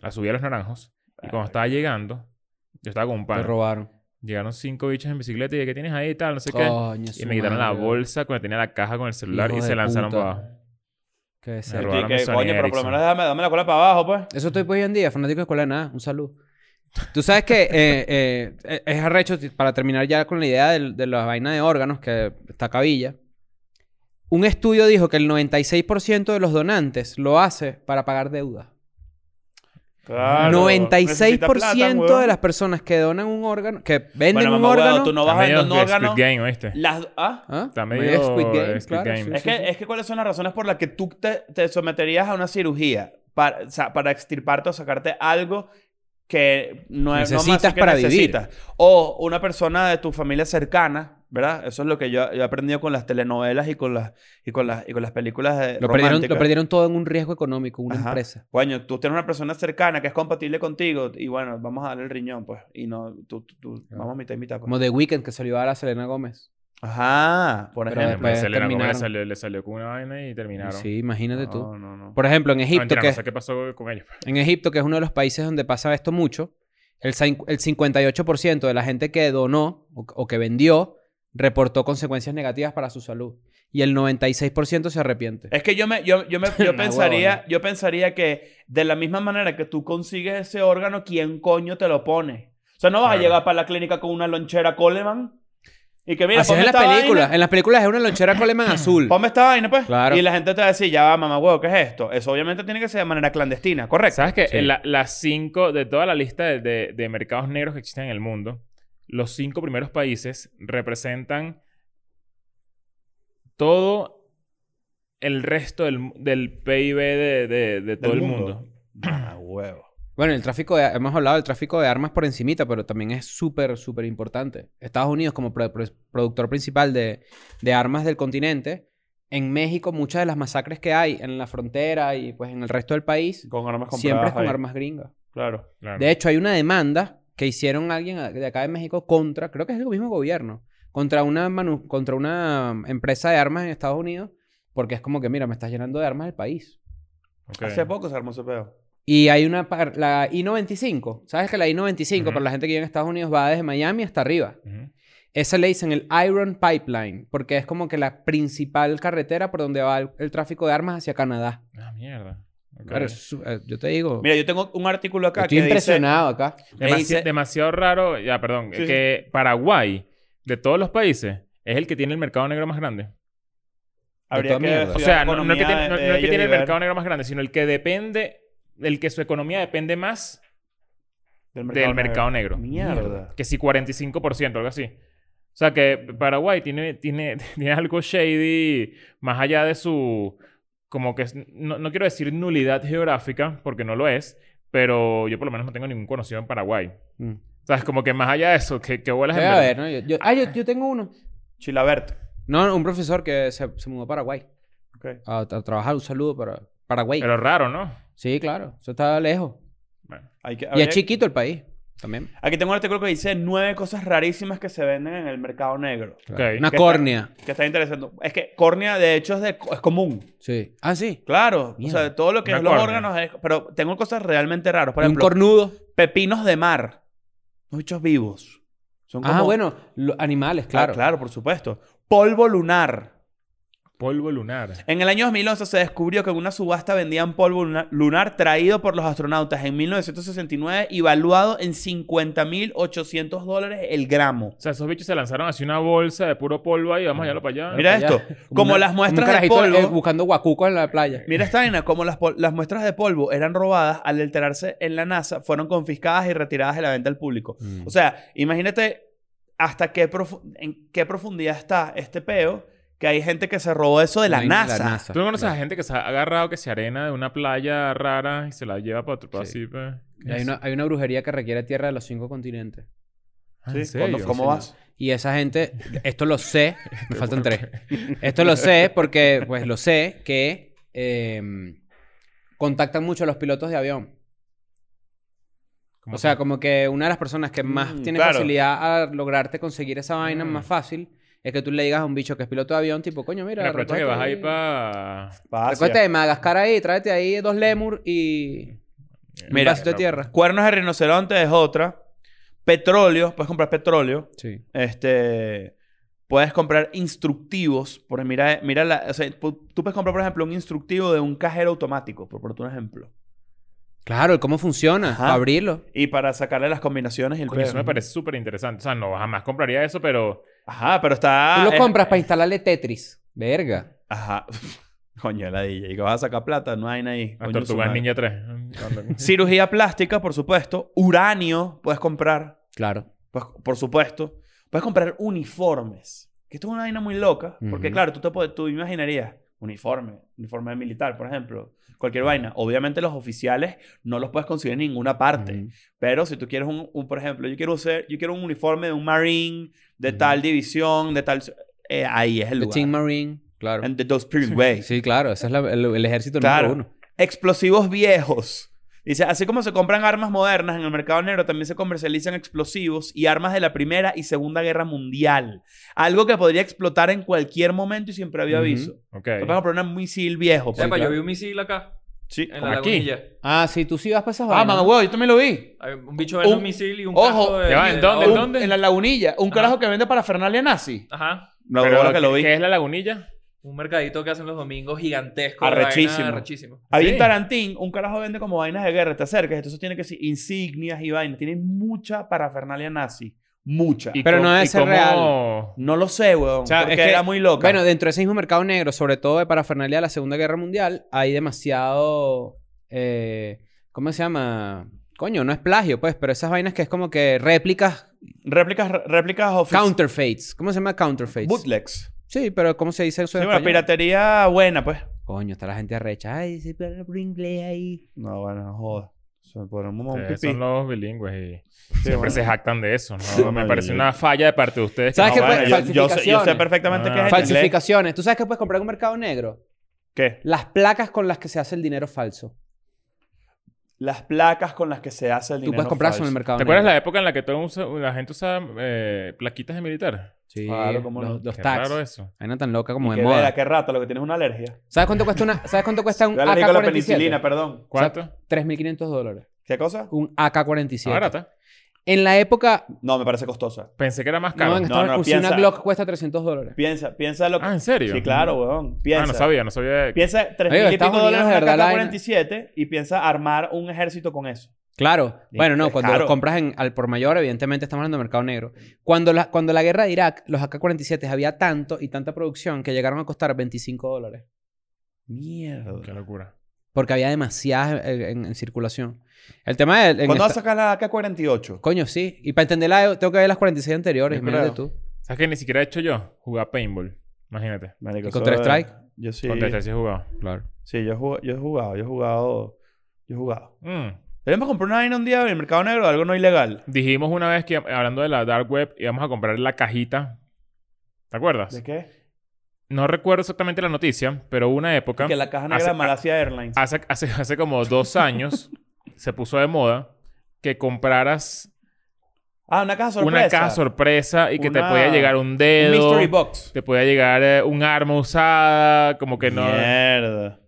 [SPEAKER 2] la subí a los naranjos, y cuando estaba llegando, yo estaba con un
[SPEAKER 4] Te
[SPEAKER 2] pan.
[SPEAKER 4] robaron.
[SPEAKER 2] Llegaron cinco bichos en bicicleta y dije, ¿qué tienes ahí y tal? No sé qué.
[SPEAKER 4] Coño,
[SPEAKER 2] Y
[SPEAKER 4] su
[SPEAKER 2] me quitaron la
[SPEAKER 4] Oh, madre.
[SPEAKER 2] bolsa cuando tenía la caja con el celular
[SPEAKER 4] Hijo
[SPEAKER 2] y se
[SPEAKER 4] de
[SPEAKER 2] lanzaron
[SPEAKER 4] puta.
[SPEAKER 2] para abajo.
[SPEAKER 4] Qué
[SPEAKER 2] Me
[SPEAKER 4] deseo.
[SPEAKER 3] Y
[SPEAKER 2] robaron.
[SPEAKER 3] que,
[SPEAKER 2] mi Sony
[SPEAKER 3] coño, pero por lo
[SPEAKER 2] Ericsson.
[SPEAKER 3] menos dame, dame la cola para abajo, pues.
[SPEAKER 4] Eso estoy pues hoy en día, fanático de escuela de nada. Un saludo. Tú sabes que eh, eh, eh, es arrecho, t- para terminar ya con la idea del- de, la vaina de órganos, que está cabilla. Un estudio dijo que el 96% de los donantes lo hace para pagar deudas.
[SPEAKER 3] Claro. Necesita plata,
[SPEAKER 4] 96%
[SPEAKER 3] huevón.
[SPEAKER 4] de las personas que donan un órgano, que venden
[SPEAKER 3] Bueno,
[SPEAKER 4] un
[SPEAKER 3] mamá, huevo,
[SPEAKER 4] órgano.
[SPEAKER 3] tú no
[SPEAKER 2] Está
[SPEAKER 3] vas
[SPEAKER 2] medio
[SPEAKER 3] vendiendo un
[SPEAKER 2] Squid
[SPEAKER 3] órgano.
[SPEAKER 2] Game, ¿oíste?
[SPEAKER 3] Las, ¿ah?
[SPEAKER 4] ¿Ah?
[SPEAKER 2] Está
[SPEAKER 4] Como
[SPEAKER 2] medio
[SPEAKER 4] es Squid Game,
[SPEAKER 2] Squid
[SPEAKER 4] claro,
[SPEAKER 2] Game.
[SPEAKER 4] sí,
[SPEAKER 2] Es
[SPEAKER 3] Es
[SPEAKER 4] sí, sí.
[SPEAKER 3] que, eh, es que cuáles son las razones por las que tú te, te someterías a una cirugía para, o sea, para extirparte o sacarte algo que no es no más
[SPEAKER 4] Necesitas
[SPEAKER 3] que
[SPEAKER 4] para vivir.
[SPEAKER 3] O una persona de tu familia cercana, ¿Verdad? Eso es lo que yo, yo he aprendido con las telenovelas y con las, y con las, y con las películas de
[SPEAKER 4] Lo perdieron, lo
[SPEAKER 3] románticas.
[SPEAKER 4] perdieron todo en un riesgo económico, una
[SPEAKER 3] Ajá.
[SPEAKER 4] empresa.
[SPEAKER 3] Coño, tú tienes una persona cercana que es compatible contigo y bueno, vamos a darle el riñón, pues. Y no, tú, tú- tú-
[SPEAKER 4] Claro.
[SPEAKER 3] vamos mitad y mitad, pues.
[SPEAKER 4] Como The Weeknd, que se lo iba a dar a Selena Gómez.
[SPEAKER 3] Ajá, por
[SPEAKER 4] Pero
[SPEAKER 3] ejemplo.
[SPEAKER 4] después
[SPEAKER 2] Selena Gomez le
[SPEAKER 4] terminaron.
[SPEAKER 2] salió, le salió con una vaina y terminaron.
[SPEAKER 4] Sí, imagínate tú.
[SPEAKER 2] No, no, no.
[SPEAKER 4] Por ejemplo, en
[SPEAKER 2] No,
[SPEAKER 4] Egipto,
[SPEAKER 2] mentira,
[SPEAKER 4] que
[SPEAKER 2] no
[SPEAKER 4] es
[SPEAKER 2] sé qué pasó con ellos.
[SPEAKER 4] En Egipto, que es uno de los países donde pasa esto mucho, el, cin- el 58% de la gente que donó o, o que vendió reportó consecuencias negativas para su salud. Y el 96% se arrepiente.
[SPEAKER 3] Es que yo me, yo, yo me- yo
[SPEAKER 4] Una
[SPEAKER 3] pensaría,
[SPEAKER 4] huevona.
[SPEAKER 3] yo pensaría que de la misma manera que tú consigues ese órgano, ¿quién coño te lo pone? O sea, no vas
[SPEAKER 2] Claro.
[SPEAKER 3] a llegar para la clínica con una lonchera Coleman y que mira,
[SPEAKER 4] Así es en
[SPEAKER 3] ponme
[SPEAKER 4] las
[SPEAKER 3] esta
[SPEAKER 4] películas.
[SPEAKER 3] vaina,
[SPEAKER 4] En las películas es una lonchera Coleman azul.
[SPEAKER 3] ponme esta vaina, pues.
[SPEAKER 4] Claro.
[SPEAKER 3] Y la gente te va a decir, ya va, mamá huevo, ¿qué es esto? Eso obviamente tiene que ser de manera clandestina, ¿correcto?
[SPEAKER 2] ¿Sabes que
[SPEAKER 4] Sí.
[SPEAKER 2] las cinco, de toda la lista de, de- de mercados negros que existen en el mundo, los cinco primeros países representan todo el resto del, del PIB de, de- de todo el mundo.
[SPEAKER 3] Mamá huevo.
[SPEAKER 4] Bueno, el tráfico de, hemos hablado del tráfico de armas por encimita, pero también es súper, súper importante. Estados Unidos como pro- pro- productor principal de, de armas del continente, en México muchas de las masacres que hay en la frontera y pues en el resto del país,
[SPEAKER 3] Con armas compradas
[SPEAKER 4] siempre es con
[SPEAKER 3] ahí.
[SPEAKER 4] armas gringas.
[SPEAKER 3] Claro.
[SPEAKER 2] Claro.
[SPEAKER 4] De hecho, hay una demanda que hicieron alguien a- de acá de México contra, creo que es el mismo gobierno, contra una, manu- contra una mm, empresa de armas en Estados Unidos, porque es como que, mira, me estás llenando de armas el país.
[SPEAKER 2] Ok.
[SPEAKER 3] Hace poco se armó ese pedo.
[SPEAKER 4] Y hay una, par- la I-95, ¿sabes que la I-95
[SPEAKER 2] Ujú.
[SPEAKER 4] para la gente que vive en Estados Unidos va desde Miami hasta arriba?
[SPEAKER 2] Ujú.
[SPEAKER 4] Esa le dicen el Iron Pipeline, porque es como que la principal carretera por donde va el, el tráfico de armas hacia Canadá.
[SPEAKER 2] Ah, mierda. Ok.
[SPEAKER 4] Claro, es su- eh, yo te digo,
[SPEAKER 3] Mira, yo tengo un artículo
[SPEAKER 4] yo
[SPEAKER 3] acá
[SPEAKER 4] estoy
[SPEAKER 3] que dice...
[SPEAKER 4] impresionado acá.
[SPEAKER 2] Demasi-
[SPEAKER 3] dice-
[SPEAKER 2] E Demasiado raro, ya, perdón,
[SPEAKER 3] Sí,
[SPEAKER 2] que Paraguay, de todos los países, es el que tiene el mercado negro más grande.
[SPEAKER 3] Habría
[SPEAKER 4] toda
[SPEAKER 3] que
[SPEAKER 4] mierda.
[SPEAKER 2] O
[SPEAKER 3] estudiar
[SPEAKER 2] sea, no, no es que
[SPEAKER 3] economía
[SPEAKER 2] tiene,
[SPEAKER 3] de-
[SPEAKER 2] no- no
[SPEAKER 3] de
[SPEAKER 2] es que
[SPEAKER 3] ellos
[SPEAKER 2] tiene
[SPEAKER 3] y
[SPEAKER 2] el
[SPEAKER 3] ver-
[SPEAKER 2] mercado negro más grande, sino el que depende, el que su economía depende más
[SPEAKER 3] del
[SPEAKER 2] del mercado negro.
[SPEAKER 3] Mierda.
[SPEAKER 2] Que si 45%, algo así. O sea que Paraguay tiene, tiene, tiene algo shady más allá de su. Como que es- no, no quiero decir nulidad geográfica, porque no lo es, pero yo por lo menos no tengo ningún conocido en Paraguay.
[SPEAKER 4] Mm.
[SPEAKER 2] O sea, es como que más allá de eso, que, que bolas en
[SPEAKER 4] Debe
[SPEAKER 2] verdad.
[SPEAKER 4] haber, ¿no? Yo- yo- ah, yo, yo tengo uno.
[SPEAKER 3] Chilabert.
[SPEAKER 4] No, un profesor que se, se mudó a Paraguay
[SPEAKER 3] Ok.
[SPEAKER 4] a, a trabajar. Un saludo para Paraguay.
[SPEAKER 2] Pero raro, ¿no?
[SPEAKER 4] Sí, claro. Eso está lejos.
[SPEAKER 2] Bueno,
[SPEAKER 3] Hay que-
[SPEAKER 4] Y es
[SPEAKER 3] habría-
[SPEAKER 4] chiquito el país también.
[SPEAKER 3] Aquí tengo un artículo que dice nueve cosas rarísimas que se venden en el mercado negro.
[SPEAKER 2] ok.
[SPEAKER 4] Una
[SPEAKER 3] Que está-
[SPEAKER 4] córnea.
[SPEAKER 3] Que está interesante. Es que córnea, de hecho, es, de- es común.
[SPEAKER 4] Sí. Ah, sí.
[SPEAKER 3] Claro.
[SPEAKER 4] Mierda.
[SPEAKER 3] O sea, todo lo que
[SPEAKER 2] Una
[SPEAKER 3] es los
[SPEAKER 2] córnea.
[SPEAKER 3] órganos. es- pero tengo cosas realmente raras. Por
[SPEAKER 4] un
[SPEAKER 3] ejemplo,
[SPEAKER 4] cornudo.
[SPEAKER 3] pepinos de mar. Los bichos vivos. Son
[SPEAKER 4] Ah,
[SPEAKER 3] como-
[SPEAKER 4] bueno. lo- animales,
[SPEAKER 3] Ah,
[SPEAKER 4] claro.
[SPEAKER 3] claro, por supuesto. Polvo lunar.
[SPEAKER 2] Polvo lunar.
[SPEAKER 3] En el año 2011 se descubrió que en una subasta vendían polvo luna- lunar traído por los astronautas en 1969 y valuado en 50.800 dólares el gramo.
[SPEAKER 2] O sea, esos bichos se lanzaron así una bolsa de puro polvo ahí, vamos a llevarlo para allá.
[SPEAKER 3] Mira
[SPEAKER 4] Para allá.
[SPEAKER 3] esto, como
[SPEAKER 4] una-
[SPEAKER 3] las muestras de
[SPEAKER 4] carajito,
[SPEAKER 3] polvo.
[SPEAKER 4] eh, buscando guacuco en la playa.
[SPEAKER 3] Mira esta vaina, como las, pol- las muestras de polvo eran robadas al alterarse en la NASA, fueron confiscadas y retiradas de la venta al público.
[SPEAKER 4] Mm.
[SPEAKER 3] O sea, imagínate hasta qué profu- en qué profundidad está este peo que hay gente que se robó eso de la,
[SPEAKER 4] Una-
[SPEAKER 3] NASA.
[SPEAKER 2] ¿Tú no conoces a gente que se ha agarrado que se arena de una playa rara y se la lleva para otro para
[SPEAKER 4] Sí.
[SPEAKER 2] así? pues?
[SPEAKER 4] Y Hay una, hay una brujería que requiere tierra de los cinco continentes.
[SPEAKER 2] Ah, ¿en
[SPEAKER 3] Sí,
[SPEAKER 2] serio?
[SPEAKER 3] ¿Cómo, cómo
[SPEAKER 4] señor.
[SPEAKER 3] vas?
[SPEAKER 4] Y esa gente, esto lo sé, me faltan tres. Esto lo sé porque, pues lo sé, que eh, contactan mucho a los pilotos de avión.
[SPEAKER 2] ¿Cómo
[SPEAKER 4] O sea,
[SPEAKER 2] que-
[SPEAKER 4] como que una de las personas que más
[SPEAKER 3] Mm,
[SPEAKER 4] tiene
[SPEAKER 3] claro.
[SPEAKER 4] facilidad a lograrte conseguir esa vaina
[SPEAKER 2] Mm.
[SPEAKER 4] más fácil es que tú le digas a un bicho que es piloto de avión, tipo, coño, mira,
[SPEAKER 2] Mira, aprovecha que
[SPEAKER 4] recógete
[SPEAKER 2] vas ahí
[SPEAKER 4] ahí-
[SPEAKER 2] para...
[SPEAKER 3] Pa' Asia.
[SPEAKER 4] recógete de Madagascar ahí, tráete ahí dos lemur y
[SPEAKER 3] Mira,
[SPEAKER 4] un vasito de tierra.
[SPEAKER 3] Cuernos de rinoceronte es otra. Petróleo, puedes comprar petróleo.
[SPEAKER 4] Sí.
[SPEAKER 3] Este, puedes comprar instructivos. Por, mira, mira la- o sea, pu- tú puedes comprar, por ejemplo, un instructivo de un cajero automático, por, por un ejemplo.
[SPEAKER 4] Claro, el cómo funciona,
[SPEAKER 3] Ajá.
[SPEAKER 4] para abrirlo.
[SPEAKER 3] Y para sacarle las combinaciones y el
[SPEAKER 2] Coño,
[SPEAKER 3] pedo.
[SPEAKER 2] eso me parece súper interesante. O sea, no, jamás compraría eso, pero...
[SPEAKER 3] Ajá, pero está.
[SPEAKER 4] tú lo
[SPEAKER 3] Ah, es-
[SPEAKER 4] compras para instalarle Tetris. Verga.
[SPEAKER 3] Ajá. Coño, la DJ. Y que vas a sacar plata, no hay nadie.
[SPEAKER 2] Las
[SPEAKER 3] Coño, su
[SPEAKER 2] Tortugas
[SPEAKER 3] madre.
[SPEAKER 2] Ninja 3. Cuando-
[SPEAKER 3] Cirugía plástica, por supuesto. Uranio, puedes comprar.
[SPEAKER 4] Claro.
[SPEAKER 3] Pues, por supuesto. Puedes comprar uniformes. Que esto es una vaina muy loca. Porque,
[SPEAKER 4] Ujú.
[SPEAKER 3] claro, tú te puedes, tú imaginarías. uniforme, uniforme militar, por ejemplo, cualquier vaina. Obviamente los oficiales no los puedes conseguir en ninguna parte,
[SPEAKER 4] Ujú.
[SPEAKER 3] pero si tú quieres un, un- por ejemplo, yo quiero ser, yo quiero un uniforme de un marine de
[SPEAKER 4] Ujú.
[SPEAKER 3] tal división, de tal, eh, ahí es el
[SPEAKER 4] The
[SPEAKER 3] lugar.
[SPEAKER 4] Team Marine, claro.
[SPEAKER 3] And the those pretty way.
[SPEAKER 4] Sí, claro, ese es la- el, el ejército
[SPEAKER 3] Claro.
[SPEAKER 4] número uno.
[SPEAKER 3] Explosivos viejos. Dice, así como se compran armas modernas en el mercado negro, también se comercializan explosivos y armas de la Primera y Segunda Guerra Mundial. Algo que podría explotar en cualquier momento y siempre había
[SPEAKER 4] Ujú.
[SPEAKER 3] aviso.
[SPEAKER 2] Ok.
[SPEAKER 3] Te vas a poner un misil viejo. por
[SPEAKER 5] Epa,
[SPEAKER 3] ejemplo.
[SPEAKER 5] pues, yo vi un misil acá,
[SPEAKER 3] Sí.
[SPEAKER 5] en
[SPEAKER 2] ¿Cómo
[SPEAKER 5] la
[SPEAKER 2] aquí?
[SPEAKER 5] lagunilla.
[SPEAKER 4] Ah, sí, tú sí vas para esas
[SPEAKER 3] Ah,
[SPEAKER 4] vainas,
[SPEAKER 3] mamá,
[SPEAKER 4] ¿no?
[SPEAKER 3] huevo, yo también lo vi.
[SPEAKER 5] Hay Un bicho vende
[SPEAKER 3] Un-
[SPEAKER 5] un misil y un
[SPEAKER 3] ojo,
[SPEAKER 5] casco de...
[SPEAKER 2] ya va, ¿en
[SPEAKER 5] de-
[SPEAKER 2] dónde,
[SPEAKER 5] oh,
[SPEAKER 2] en dónde?
[SPEAKER 3] En la lagunilla. Un
[SPEAKER 5] Ajá.
[SPEAKER 3] carajo que vende para Fernalia Nazi.
[SPEAKER 5] Ajá.
[SPEAKER 3] No,
[SPEAKER 2] Pero,
[SPEAKER 3] huevo, que lo vi.
[SPEAKER 2] ¿Qué es la lagunilla?
[SPEAKER 5] Un mercadito que hacen los domingos gigantesco. de
[SPEAKER 3] Arrechísimo.
[SPEAKER 5] vaina, Arrechísimo.
[SPEAKER 3] Había
[SPEAKER 2] Sí.
[SPEAKER 3] en Tarantín, un carajo vende como vainas de guerra, te acercas, entonces tiene que ser insignias y vainas. Tiene mucha parafernalia nazi. Mucha.
[SPEAKER 2] ¿Y
[SPEAKER 4] Pero no
[SPEAKER 2] cómo-
[SPEAKER 4] debe
[SPEAKER 2] y
[SPEAKER 4] ser
[SPEAKER 2] cómo-
[SPEAKER 4] real.
[SPEAKER 3] No lo sé, weón.
[SPEAKER 4] O sea,
[SPEAKER 3] porque
[SPEAKER 4] es que-
[SPEAKER 3] era muy loca.
[SPEAKER 4] Bueno, dentro de ese mismo mercado negro, sobre todo de parafernalia de la Segunda Guerra Mundial, hay demasiado... eh, ¿Cómo se llama? Coño, no es plagio, pues, pero esas vainas que es como que réplicas,
[SPEAKER 3] réplicas, réplicas oficiales.
[SPEAKER 4] counterfeits. ¿Cómo se llama counterfeits?
[SPEAKER 3] Bootlegs.
[SPEAKER 4] Sí, pero ¿cómo se dice eso
[SPEAKER 3] Sí,
[SPEAKER 4] en
[SPEAKER 3] bueno,
[SPEAKER 4] español?
[SPEAKER 3] piratería buena, pues.
[SPEAKER 4] Coño, está la gente arrecha. Ay, se parla por inglés ahí.
[SPEAKER 3] No, bueno, no joda. Se me pone un
[SPEAKER 2] Ustedes
[SPEAKER 3] pipí.
[SPEAKER 2] son los bilingües y
[SPEAKER 3] Sí,
[SPEAKER 2] siempre
[SPEAKER 3] bueno.
[SPEAKER 2] se jactan de eso. ¿no?
[SPEAKER 3] Sí,
[SPEAKER 2] Me
[SPEAKER 3] no,
[SPEAKER 2] parece
[SPEAKER 3] yo-
[SPEAKER 2] una falla de parte de ustedes. que
[SPEAKER 4] ¿Sabes
[SPEAKER 2] no
[SPEAKER 4] qué
[SPEAKER 2] van
[SPEAKER 4] fue-
[SPEAKER 2] a-
[SPEAKER 3] yo- yo, sé, yo sé
[SPEAKER 4] falsificaciones.
[SPEAKER 3] perfectamente
[SPEAKER 2] Ah.
[SPEAKER 3] qué es el inglés.
[SPEAKER 4] Falsificaciones. ¿Tú sabes qué puedes comprar en un mercado negro?
[SPEAKER 3] ¿Qué?
[SPEAKER 4] Las placas con las que se hace el dinero falso.
[SPEAKER 3] Las placas con las que se hace el
[SPEAKER 4] Tú
[SPEAKER 3] dinero
[SPEAKER 4] puedes comprar eso en
[SPEAKER 3] falso.
[SPEAKER 4] el mercado
[SPEAKER 2] ¿Te
[SPEAKER 4] negro.
[SPEAKER 2] acuerdas la época en la que todo usa- la gente usa eh, plaquitas de militar?
[SPEAKER 4] Sí,
[SPEAKER 3] Claro, cómo no.
[SPEAKER 4] los, los
[SPEAKER 2] Qué
[SPEAKER 4] tags.
[SPEAKER 2] raro eso.
[SPEAKER 4] Ahí no tan loca como
[SPEAKER 3] Y que
[SPEAKER 4] de moda.
[SPEAKER 3] vela, qué rata, lo que tienes es una alergia.
[SPEAKER 4] ¿Sabes cuánto cuesta una, ¿sabes cuánto cuesta un
[SPEAKER 3] Yo alergia a la penicilina,
[SPEAKER 4] AK-47?
[SPEAKER 3] perdón.
[SPEAKER 2] ¿Cuánto?
[SPEAKER 4] 3.500 dólares.
[SPEAKER 3] ¿Qué cosa?
[SPEAKER 4] Un AK-47.
[SPEAKER 2] Está barata.
[SPEAKER 4] En la época...
[SPEAKER 3] No, me parece costosa.
[SPEAKER 2] Pensé que era más
[SPEAKER 4] No,
[SPEAKER 2] caro.
[SPEAKER 4] en Estados
[SPEAKER 3] no, este
[SPEAKER 4] Unidos
[SPEAKER 3] piensa.
[SPEAKER 4] una Glock cuesta 300 dólares.
[SPEAKER 3] Piensa, piensa lo que...
[SPEAKER 2] Ah, ¿en serio?
[SPEAKER 3] sí, claro, weón. Piensa.
[SPEAKER 2] Ah, no sabía, no sabía.
[SPEAKER 3] Piensa tres
[SPEAKER 4] Oye,
[SPEAKER 3] mil y
[SPEAKER 4] Estados
[SPEAKER 3] pico
[SPEAKER 4] Unidos,
[SPEAKER 3] dólares
[SPEAKER 4] de
[SPEAKER 3] en
[SPEAKER 4] verdad, la
[SPEAKER 3] una
[SPEAKER 4] vaina.
[SPEAKER 3] 47 y piensa armar un ejército con eso.
[SPEAKER 4] Claro.
[SPEAKER 3] Sí,
[SPEAKER 4] Bueno, no,
[SPEAKER 3] es
[SPEAKER 4] cuando
[SPEAKER 3] caro.
[SPEAKER 4] los compras en, al por mayor, evidentemente estamos hablando de mercado negro. Cuando la, cuando la guerra de Irak, los AK-47 había tanto y tanta producción que llegaron a costar 25 dólares.
[SPEAKER 2] Qué
[SPEAKER 3] Mierda.
[SPEAKER 2] locura.
[SPEAKER 4] Porque había demasiadas en, en- en circulación. El tema del... en
[SPEAKER 3] ¿Cuándo vas a
[SPEAKER 4] esta-
[SPEAKER 3] sacar la AK-48?
[SPEAKER 4] Coño, sí. Y para entenderla, tengo que ver las 46 anteriores.
[SPEAKER 3] Yo
[SPEAKER 4] Imagínate
[SPEAKER 3] creo.
[SPEAKER 4] tú.
[SPEAKER 2] ¿Sabes qué ni siquiera he hecho yo? Jugar paintball. Imagínate.
[SPEAKER 3] Marico,
[SPEAKER 4] ¿Y Counter
[SPEAKER 3] eso-
[SPEAKER 4] Strike?
[SPEAKER 3] Yo sí.
[SPEAKER 2] Contra este sí he jugado.
[SPEAKER 4] Claro.
[SPEAKER 3] Sí, yo, he jug- yo he jugado, yo he jugado, yo he jugado.
[SPEAKER 2] Mm.
[SPEAKER 3] Deberíamos comprar una vaina un día en el mercado negro, algo no ilegal.
[SPEAKER 2] Dijimos una vez que, hablando de la dark web, íbamos a comprar la cajita. ¿Te acuerdas?
[SPEAKER 3] ¿De qué?
[SPEAKER 2] No recuerdo exactamente la noticia, pero hubo una época...
[SPEAKER 3] Que la caja negra
[SPEAKER 2] Hace- ah,
[SPEAKER 3] de Malasia Airlines.
[SPEAKER 2] hace, hace, hace como dos años se puso de moda que compraras
[SPEAKER 3] Ah, una caja sorpresa.
[SPEAKER 2] una caja sorpresa y que te
[SPEAKER 3] Una-
[SPEAKER 2] podía llegar un
[SPEAKER 3] Un
[SPEAKER 2] dedo,
[SPEAKER 3] mystery box.
[SPEAKER 2] te podía llegar eh, un arma usada, como que no...
[SPEAKER 3] Mierda.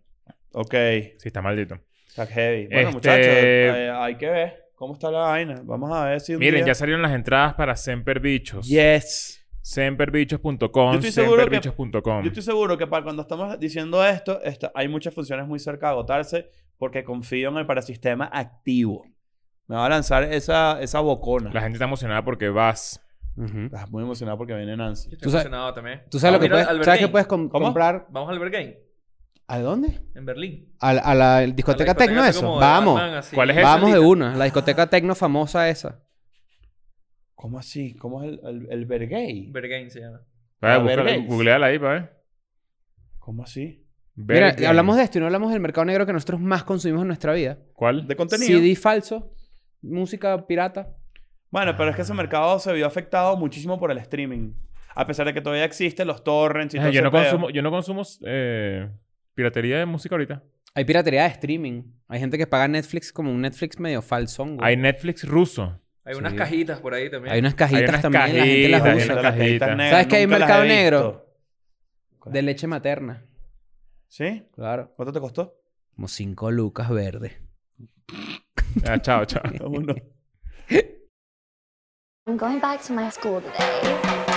[SPEAKER 3] Ok.
[SPEAKER 2] Sí, está maldito.
[SPEAKER 3] Está heavy. Bueno,
[SPEAKER 2] Este-
[SPEAKER 3] muchachos, eh, hay que ver cómo está la vaina. Vamos a ver si un
[SPEAKER 2] Miren,
[SPEAKER 3] día...
[SPEAKER 2] ya salieron las entradas para Semper Bichos.
[SPEAKER 3] Yes. Yo
[SPEAKER 2] Semperbichos.com,
[SPEAKER 3] estoy seguro que-
[SPEAKER 2] semperbichos.com.
[SPEAKER 3] Yo estoy seguro que para cuando estamos diciendo esto, está- hay muchas funciones muy cerca de agotarse porque confío en el parasistema activo. Me va a lanzar esa, esa bocona.
[SPEAKER 2] La gente está emocionada porque vas.
[SPEAKER 3] Estás muy emocionado porque viene Nancy.
[SPEAKER 5] Yo estoy
[SPEAKER 4] Tú sabes-
[SPEAKER 5] emocionado también.
[SPEAKER 4] ¿Tú sabes lo
[SPEAKER 5] Vamos
[SPEAKER 4] que
[SPEAKER 5] a ir
[SPEAKER 4] puedes,
[SPEAKER 5] al Albert
[SPEAKER 4] sabes que
[SPEAKER 5] Game.
[SPEAKER 4] puedes com-
[SPEAKER 3] ¿Cómo?
[SPEAKER 4] comprar?
[SPEAKER 5] Vamos al Bergame,
[SPEAKER 4] ¿A dónde?
[SPEAKER 5] en Berlín.
[SPEAKER 4] A, la- a la discoteca
[SPEAKER 5] A la discoteca
[SPEAKER 4] Tecno,
[SPEAKER 5] esa
[SPEAKER 4] eso.
[SPEAKER 5] como de
[SPEAKER 4] Vamos.
[SPEAKER 5] Batman, así.
[SPEAKER 2] ¿Cuál es esa?
[SPEAKER 4] Vamos de una. La discoteca Tecno famosa esa.
[SPEAKER 3] ¿Cómo así? ¿Cómo es el, el, el vergay?
[SPEAKER 5] Bergame se llama.
[SPEAKER 2] Para,
[SPEAKER 3] A ver,
[SPEAKER 2] búscala-
[SPEAKER 3] Gates.
[SPEAKER 2] googleala ahí para ver.
[SPEAKER 3] ¿Cómo así?
[SPEAKER 2] Ver
[SPEAKER 4] Mira,
[SPEAKER 2] Gates.
[SPEAKER 4] hablamos de esto y no hablamos del mercado negro que nosotros más consumimos en nuestra vida.
[SPEAKER 2] ¿Cuál? Eh,
[SPEAKER 3] De contenido.
[SPEAKER 4] CD falso, música pirata.
[SPEAKER 3] Bueno, pero es que ese mercado se vio afectado muchísimo por el streaming. A pesar de que todavía existen los torrents y
[SPEAKER 2] Ah,
[SPEAKER 3] todo
[SPEAKER 2] yo,
[SPEAKER 3] ese
[SPEAKER 2] no
[SPEAKER 3] pedo.
[SPEAKER 2] consumo, yo no consumo eh, piratería de música ahorita.
[SPEAKER 4] Hay piratería de streaming. Hay gente que paga Netflix como un Netflix medio falsón. güey.
[SPEAKER 2] Hay Netflix ruso.
[SPEAKER 5] Hay
[SPEAKER 4] Sí.
[SPEAKER 5] unas cajitas por ahí también.
[SPEAKER 4] Hay unas cajitas
[SPEAKER 2] Hay unas
[SPEAKER 4] también. la gente las
[SPEAKER 2] cajitas,
[SPEAKER 4] usa.
[SPEAKER 2] hay unas
[SPEAKER 3] Las cajitas
[SPEAKER 2] cajita.
[SPEAKER 3] negras,
[SPEAKER 4] ¿Sabes que hay
[SPEAKER 3] nunca las
[SPEAKER 4] mercado
[SPEAKER 3] he visto.
[SPEAKER 4] negro? De leche materna.
[SPEAKER 3] ¿Sí?
[SPEAKER 4] Claro.
[SPEAKER 3] ¿Cuánto te costó?
[SPEAKER 4] Como cinco lucas verdes.
[SPEAKER 2] Ah, chao, chao.
[SPEAKER 3] Vámonos.
[SPEAKER 1] I'm going back to my school today.